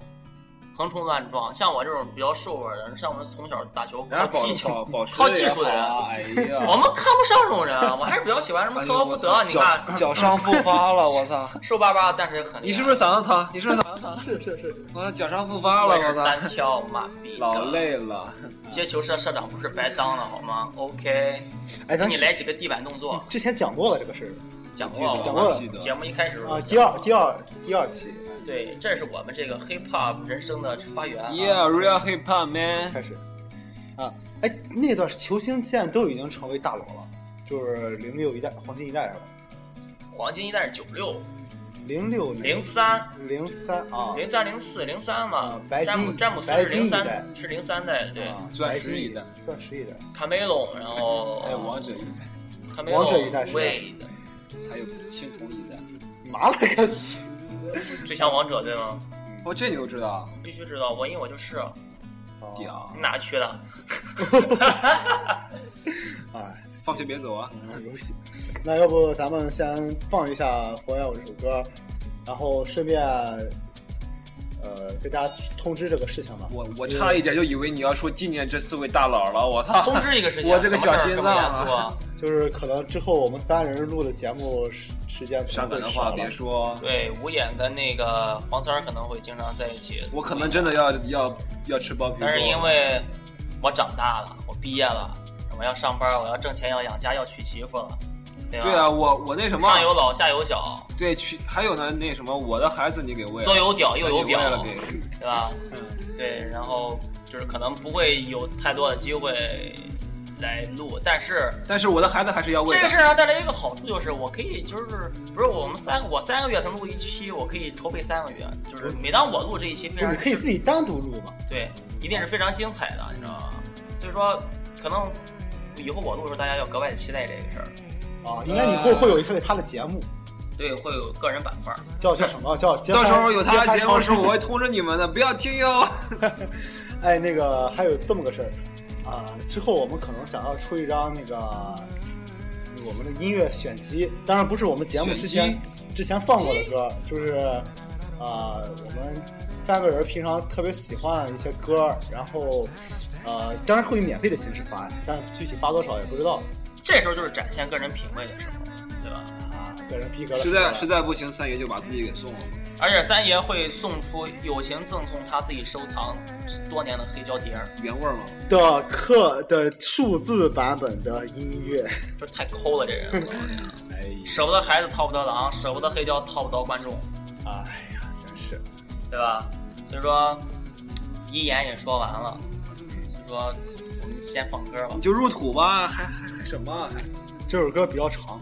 [SPEAKER 2] 横冲乱撞。像我这种比较瘦弱的人，像我们从小打球
[SPEAKER 4] 人家
[SPEAKER 2] 靠
[SPEAKER 4] 保
[SPEAKER 2] 技
[SPEAKER 4] 保
[SPEAKER 2] 巧，
[SPEAKER 4] 保持
[SPEAKER 2] 靠技术的
[SPEAKER 4] 的
[SPEAKER 2] 人
[SPEAKER 4] 也
[SPEAKER 2] 哦
[SPEAKER 4] 好啊。哎 呀，
[SPEAKER 2] 我们看不上这种人。啊我还是比较喜欢什么
[SPEAKER 4] 哎
[SPEAKER 2] 克
[SPEAKER 4] 呦
[SPEAKER 2] 劳福
[SPEAKER 4] 我
[SPEAKER 2] 德，
[SPEAKER 4] 操
[SPEAKER 2] 啊你看
[SPEAKER 4] 脚脚伤复发了，我 操！
[SPEAKER 2] 瘦巴巴，但是很厉害
[SPEAKER 4] 你是不是嗓子疼？你是不是嗓 子疼？
[SPEAKER 1] 是是是，
[SPEAKER 4] 我操，脚伤复发了，
[SPEAKER 2] 我是
[SPEAKER 4] 我操！
[SPEAKER 2] 单挑马逼 的
[SPEAKER 4] 老累了，
[SPEAKER 2] 接球社社长不是白当了好吗？OK，
[SPEAKER 1] 哎，
[SPEAKER 2] 给
[SPEAKER 1] 咱
[SPEAKER 2] 你来几个地板动作，
[SPEAKER 1] 之前讲过了这个事儿
[SPEAKER 2] 讲过
[SPEAKER 1] 讲
[SPEAKER 2] 了。
[SPEAKER 1] 过
[SPEAKER 4] 我
[SPEAKER 1] 了
[SPEAKER 4] 记得。
[SPEAKER 2] 节目一开始的时候
[SPEAKER 1] 啊，第二第二第二期
[SPEAKER 2] 对，这是我们这个 hip hop 人生的发源啊。
[SPEAKER 4] Yeah, real hip hop man。
[SPEAKER 1] 开始
[SPEAKER 4] 嗯
[SPEAKER 1] 啊，哎，那段球星现在都已经成为大佬了，就是零六一代黄金一代了，
[SPEAKER 2] 黄金一代是九六、
[SPEAKER 1] 零六
[SPEAKER 2] 零三、
[SPEAKER 1] 零三啊，
[SPEAKER 2] 零三、零四、零三嘛
[SPEAKER 1] 啊。白
[SPEAKER 2] 詹姆
[SPEAKER 1] 金
[SPEAKER 2] 詹姆斯
[SPEAKER 1] 白
[SPEAKER 2] 是
[SPEAKER 1] 金
[SPEAKER 2] 零
[SPEAKER 1] 一代
[SPEAKER 2] 三，是零三代，对。
[SPEAKER 1] 啊
[SPEAKER 4] 钻石一代，
[SPEAKER 1] 钻石一代，
[SPEAKER 2] 卡梅隆，然后
[SPEAKER 4] 还有哎王者一代，
[SPEAKER 2] 卡梅
[SPEAKER 1] 王者
[SPEAKER 2] 隆
[SPEAKER 1] 一代是
[SPEAKER 2] ，Wade，
[SPEAKER 4] 还有青铜一代。
[SPEAKER 1] 麻了个
[SPEAKER 2] 最强王者对吗？
[SPEAKER 4] 哦，这你都知道？
[SPEAKER 2] 必须知道，我因为我就是，
[SPEAKER 1] 啊！
[SPEAKER 4] 屌
[SPEAKER 2] 你！哪 去的？
[SPEAKER 1] 哎，
[SPEAKER 4] 放学别走啊！
[SPEAKER 1] 游戏，那要不咱们先放一下《Forever》这首歌，然后顺便呃跟大家通知这个事情吧。
[SPEAKER 4] 我我差一点就以为你要说今年这四位大佬了，我操！
[SPEAKER 2] 通知一个事情，
[SPEAKER 4] 我这个
[SPEAKER 2] 什么
[SPEAKER 4] 小
[SPEAKER 2] 事儿
[SPEAKER 4] 心
[SPEAKER 2] 这
[SPEAKER 4] 脏
[SPEAKER 2] 么
[SPEAKER 4] 啊
[SPEAKER 2] 严肃啊！
[SPEAKER 1] 就是可能之后我们三人录的节目时时间可
[SPEAKER 4] 伤
[SPEAKER 1] 能
[SPEAKER 4] 感
[SPEAKER 1] 会
[SPEAKER 4] 的
[SPEAKER 1] 少
[SPEAKER 4] 话
[SPEAKER 1] 了
[SPEAKER 4] 别说，
[SPEAKER 2] 对，五眼跟那个黄三儿可能会经常在一起。
[SPEAKER 4] 我可能真的要要要吃包皮。
[SPEAKER 2] 但是因为我长大了，我毕业了，我要上班，我要挣钱，要养家，要娶媳妇了，对吧？
[SPEAKER 4] 对啊，我我那什么，
[SPEAKER 2] 上有老，下有小，
[SPEAKER 4] 对，去还有呢，那什么，我的孩子你给喂
[SPEAKER 2] 左
[SPEAKER 4] 了，
[SPEAKER 2] 有屌，右有
[SPEAKER 4] 你喂
[SPEAKER 2] 表，
[SPEAKER 4] 了给，
[SPEAKER 2] 对吧？对，然后就是可能不会有太多的机会来录，但是。
[SPEAKER 4] 但是我的孩子还是要喂
[SPEAKER 2] 这个事
[SPEAKER 4] 的。
[SPEAKER 2] 儿啊上带来一个好处就是，我可以就是不是我们三个，我三个月才录一期，我可以筹备三个月。就是每当我录这一期，非
[SPEAKER 1] 不是
[SPEAKER 2] 常
[SPEAKER 1] 你可以自己单独录嘛？
[SPEAKER 2] 对，一定是非常精彩的，你知道吗？所以说，可能以后我录的时候，大家要格外的期待这个事儿。
[SPEAKER 1] 啊，应该以后会有一个他的节目，
[SPEAKER 2] 对，会有个人板块儿。
[SPEAKER 1] 叫叫什么？叫街拍
[SPEAKER 4] 到时候有他的节目的时候，
[SPEAKER 1] 街拍超市
[SPEAKER 4] 我会通知你们的，不要听哟。
[SPEAKER 1] 哎，那个还有这么个事儿啊，之后我们可能想要出一张那个我们的音乐选集，当然不是我们节目之前
[SPEAKER 4] 选
[SPEAKER 1] 之前放过的歌，就是啊、我们三个人平常特别喜欢的一些歌，然后呃，当然会以免费的形式发，但具体发多少也不知道
[SPEAKER 2] 这时候就是展现个人品味的时候，对吧？
[SPEAKER 1] 啊，个人逼格了。
[SPEAKER 4] 实在实在不行，三爷就把自己给送了。
[SPEAKER 2] 而且三爷会送出友情赠送他自己收藏多年的黑胶碟儿，
[SPEAKER 4] 原味儿吗？
[SPEAKER 1] 的课的数字版本的音乐，
[SPEAKER 2] 这太抠了，这人，我告诉你啊
[SPEAKER 4] 哎呀，
[SPEAKER 2] 舍不得孩子套不得狼，舍不得黑胶套不得观众。
[SPEAKER 1] 哎呀，真是
[SPEAKER 2] 对吧？所以说，一言也说完了，所以说我们先放歌吧
[SPEAKER 4] 你。就入土吧，还还还什么？
[SPEAKER 1] 这首歌比较长。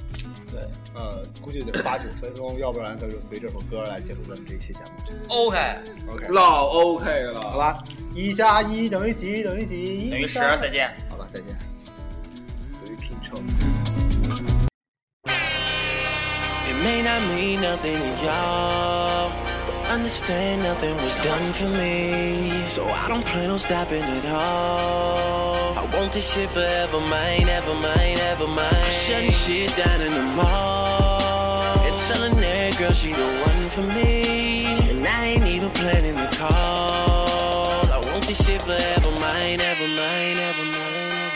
[SPEAKER 2] 对
[SPEAKER 1] 呃，估计得八九分钟，要不然咱就随这首歌来结束咱们这一期节目。
[SPEAKER 2] ，OK，
[SPEAKER 1] OK，
[SPEAKER 4] 老 OK 了，
[SPEAKER 1] 好吧，一加一等于几？等于几？
[SPEAKER 2] 等于十，
[SPEAKER 1] 加
[SPEAKER 2] 再见。
[SPEAKER 1] 好吧，再见。等于拼凑。
[SPEAKER 11] It may not mean nothing to y'all, but understand nothing was done for me. So I don't plan on stopping at all. I want this shit forever, mine, ever mine, ever mine. I'm shutting shit down in the mall. And telling that girl she the one for me. And I ain't even planning the call. I want this shit forever, mine, ever mine, ever mine.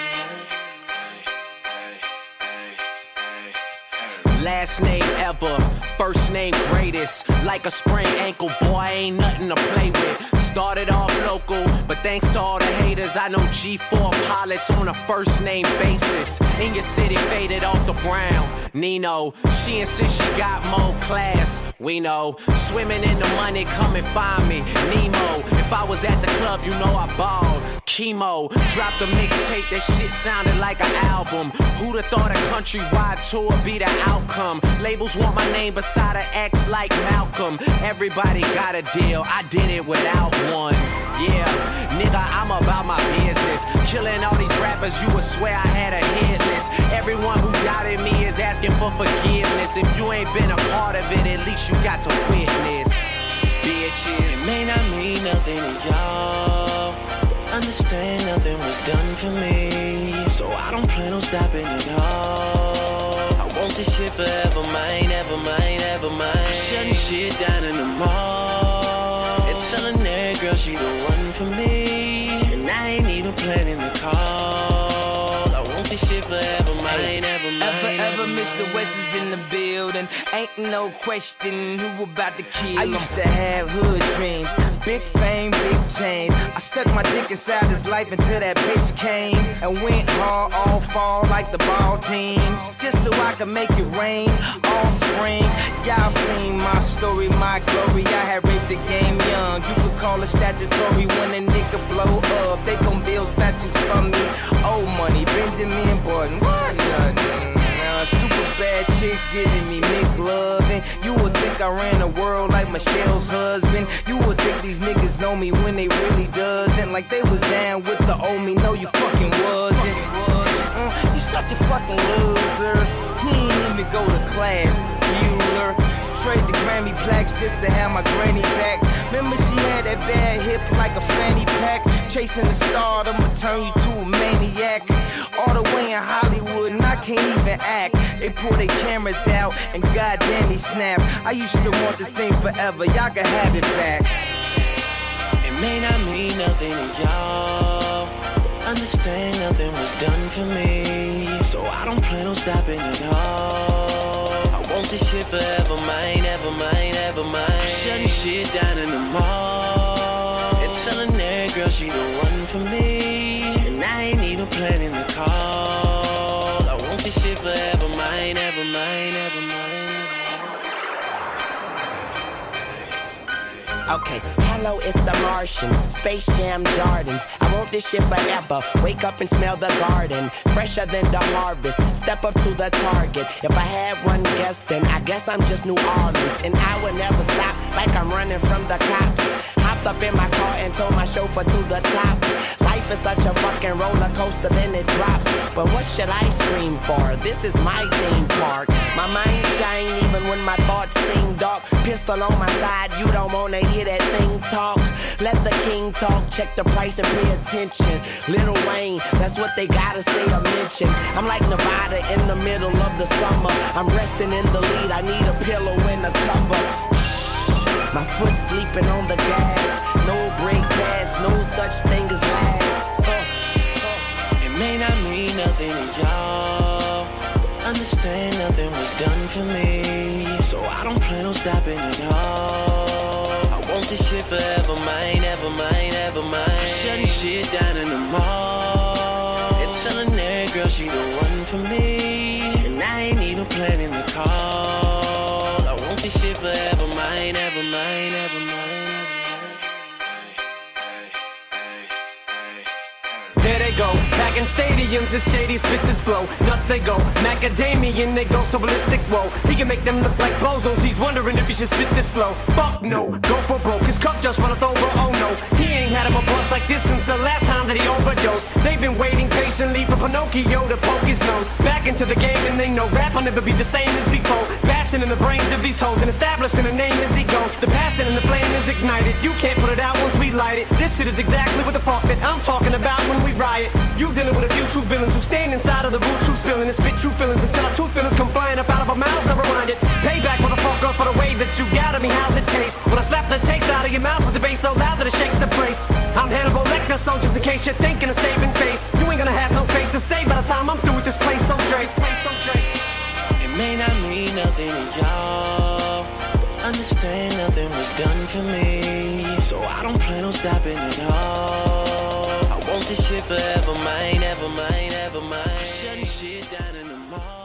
[SPEAKER 12] last name ever, first name greatest. Like a sprained ankle, boy, ain't nothing to play with. Started off local, but thanks to all the haters, I know G4 pilots on a first name basis. In your city, faded off the ground. Nino, she insists she got more class. We know, swimming in the money, come and find me. Nemo, if I was at the club, you know I balled. Chemo, dropped the mixtape, that shit sounded like an album. Who'd have thought a countrywide tour be the outcome? Labels want my name beside an X like Malcolm. Everybody got a deal, I did it without one. Yeah, nigga, I'm about my business. Killing all these rappers, you would swear I had a hit list. Everyone who doubted me is asking for forgiveness. If you ain't been a part of it, at least you got to witness. Bitches.
[SPEAKER 13] It may not mean nothing to y'all. Understand nothing was done for me. So I don't plan on stopping at all. I want this shit forever, mine, ever mine, ever mine. I'm shutting shit down in the mall. And telling that girl she the one for me. And I ain't even planning the call. I want this shit forever, mine, ever mine.
[SPEAKER 14] Ever, ever, Mr. West is in the building. Ain't no question who about to kill
[SPEAKER 13] I
[SPEAKER 14] him.
[SPEAKER 13] used to have hood dreams, big fame, big chains. I stuck my dick inside his life until that bitch came and went hard all fall like the ball teams. Just so I could make it rain all spring. Y'all seen my story, my glory. I had raped the game young. You could call it statutory when a nigga blow up. They gon' build statues for me. Old money, Benjamin Button, what nothing? Uh, super bad chicks giving me mixed loving. You would think I ran the world like Michelle's husband. You would think these niggas know me when they really doesn't. Like they was down with the old me. No, you fucking wasn't. Mm, you such a fucking loser. He ain't even go to class, Bueller. Trade the Grammy plaques just to have my granny back. Remember she had that bad hip like a fanny pack. Chasing the star, I'ma turn you to a maniac. All the way in Hollywood, and I can't even act. They pull their cameras out, and goddamn they snap. I used to want this thing forever, y'all can have it back.
[SPEAKER 14] It
[SPEAKER 13] may not mean nothing
[SPEAKER 14] to
[SPEAKER 13] y'all.
[SPEAKER 14] Understand nothing was done for me. So I don't plan on stopping at all.
[SPEAKER 13] I
[SPEAKER 14] want this shit forever, mine, ever mine, ever mine.
[SPEAKER 13] I'm
[SPEAKER 14] shutting shit down in the mall. And telling that girl she the one for me. And I ain't even planning the call. I want this shit forever, mine, ever mine, ever mine.
[SPEAKER 12] Okay, hello, it's the Martian, Space Jam Gardens. I want this shit forever. Wake up and smell the garden, fresher than the harvest. Step up to the target. If I had one guess, then I guess I'm just New Orleans, and I would never stop, like I'm running from the cops. Hopped up in my car and told my chauffeur to the top. Life is such a fucking roller coaster, then it drops. But what should I scream for? This is my theme park. My mind shine even when my thoughts seem dark. Pistol on my side, you don't wanna hear that thing talk. Let the king talk, check the price and pay attention. Little Wayne, that's what they gotta say or mention. I'm like Nevada in the middle of the summer. I'm resting in the lead, I need a pillow and a cover. My foot sleeping on the gas. No brake pads, no such thing as last.
[SPEAKER 13] It
[SPEAKER 14] may not mean nothing to y'all. Understand nothing was done for me. So I don't plan on stopping at all. I want this shit forever, mine, ever mine, ever mine. I'm shutting shit down in the mall. And telling that girl she the one for me. And I ain't even planning the call. I want this shit forever, mine, ever mine, ever mine.
[SPEAKER 15] There they go, back in stadiums, the shady spitzes flow. Nuts they go, macadamian, they go so ballistic, whoa. He can make them look like bozos, he's wondering if he should spit this slow. Fuck no, go for broke, his cup just runneth over, oh no. He ain't had him a bust like this since the last time that he overdosed. They've been waiting patiently for Pinocchio to poke his nose. Back into the game and they know rap will never be the same as before. Bashing in the brains of these hoes and establishing a name as he goes. The passion and the flame is ignited, you can't put it out once we light it. This shit is exactly what the fuck that I'm talking about when we riot. You dealing with a few true villains who stand inside of the boot you spilling and spit true feelings until our true feelings come flying up out of our mouths. Never mind it. Payback, motherfucker, for the way that you got at me. How's it taste? When I slap the taste out of your mouth with the bass so loud that it shakes the place. I'm Hannibal Lecter, so just in case you're thinking of saving face, you ain't gonna have no face to save by the time I'm through with this place. So Drake.
[SPEAKER 13] It
[SPEAKER 14] May not mean nothing to y'all. Understand nothing was done for me. So I don't plan on stopping at all. I want this shit forever, mine, ever mine, ever mine. I'm shutting shit down in the mall.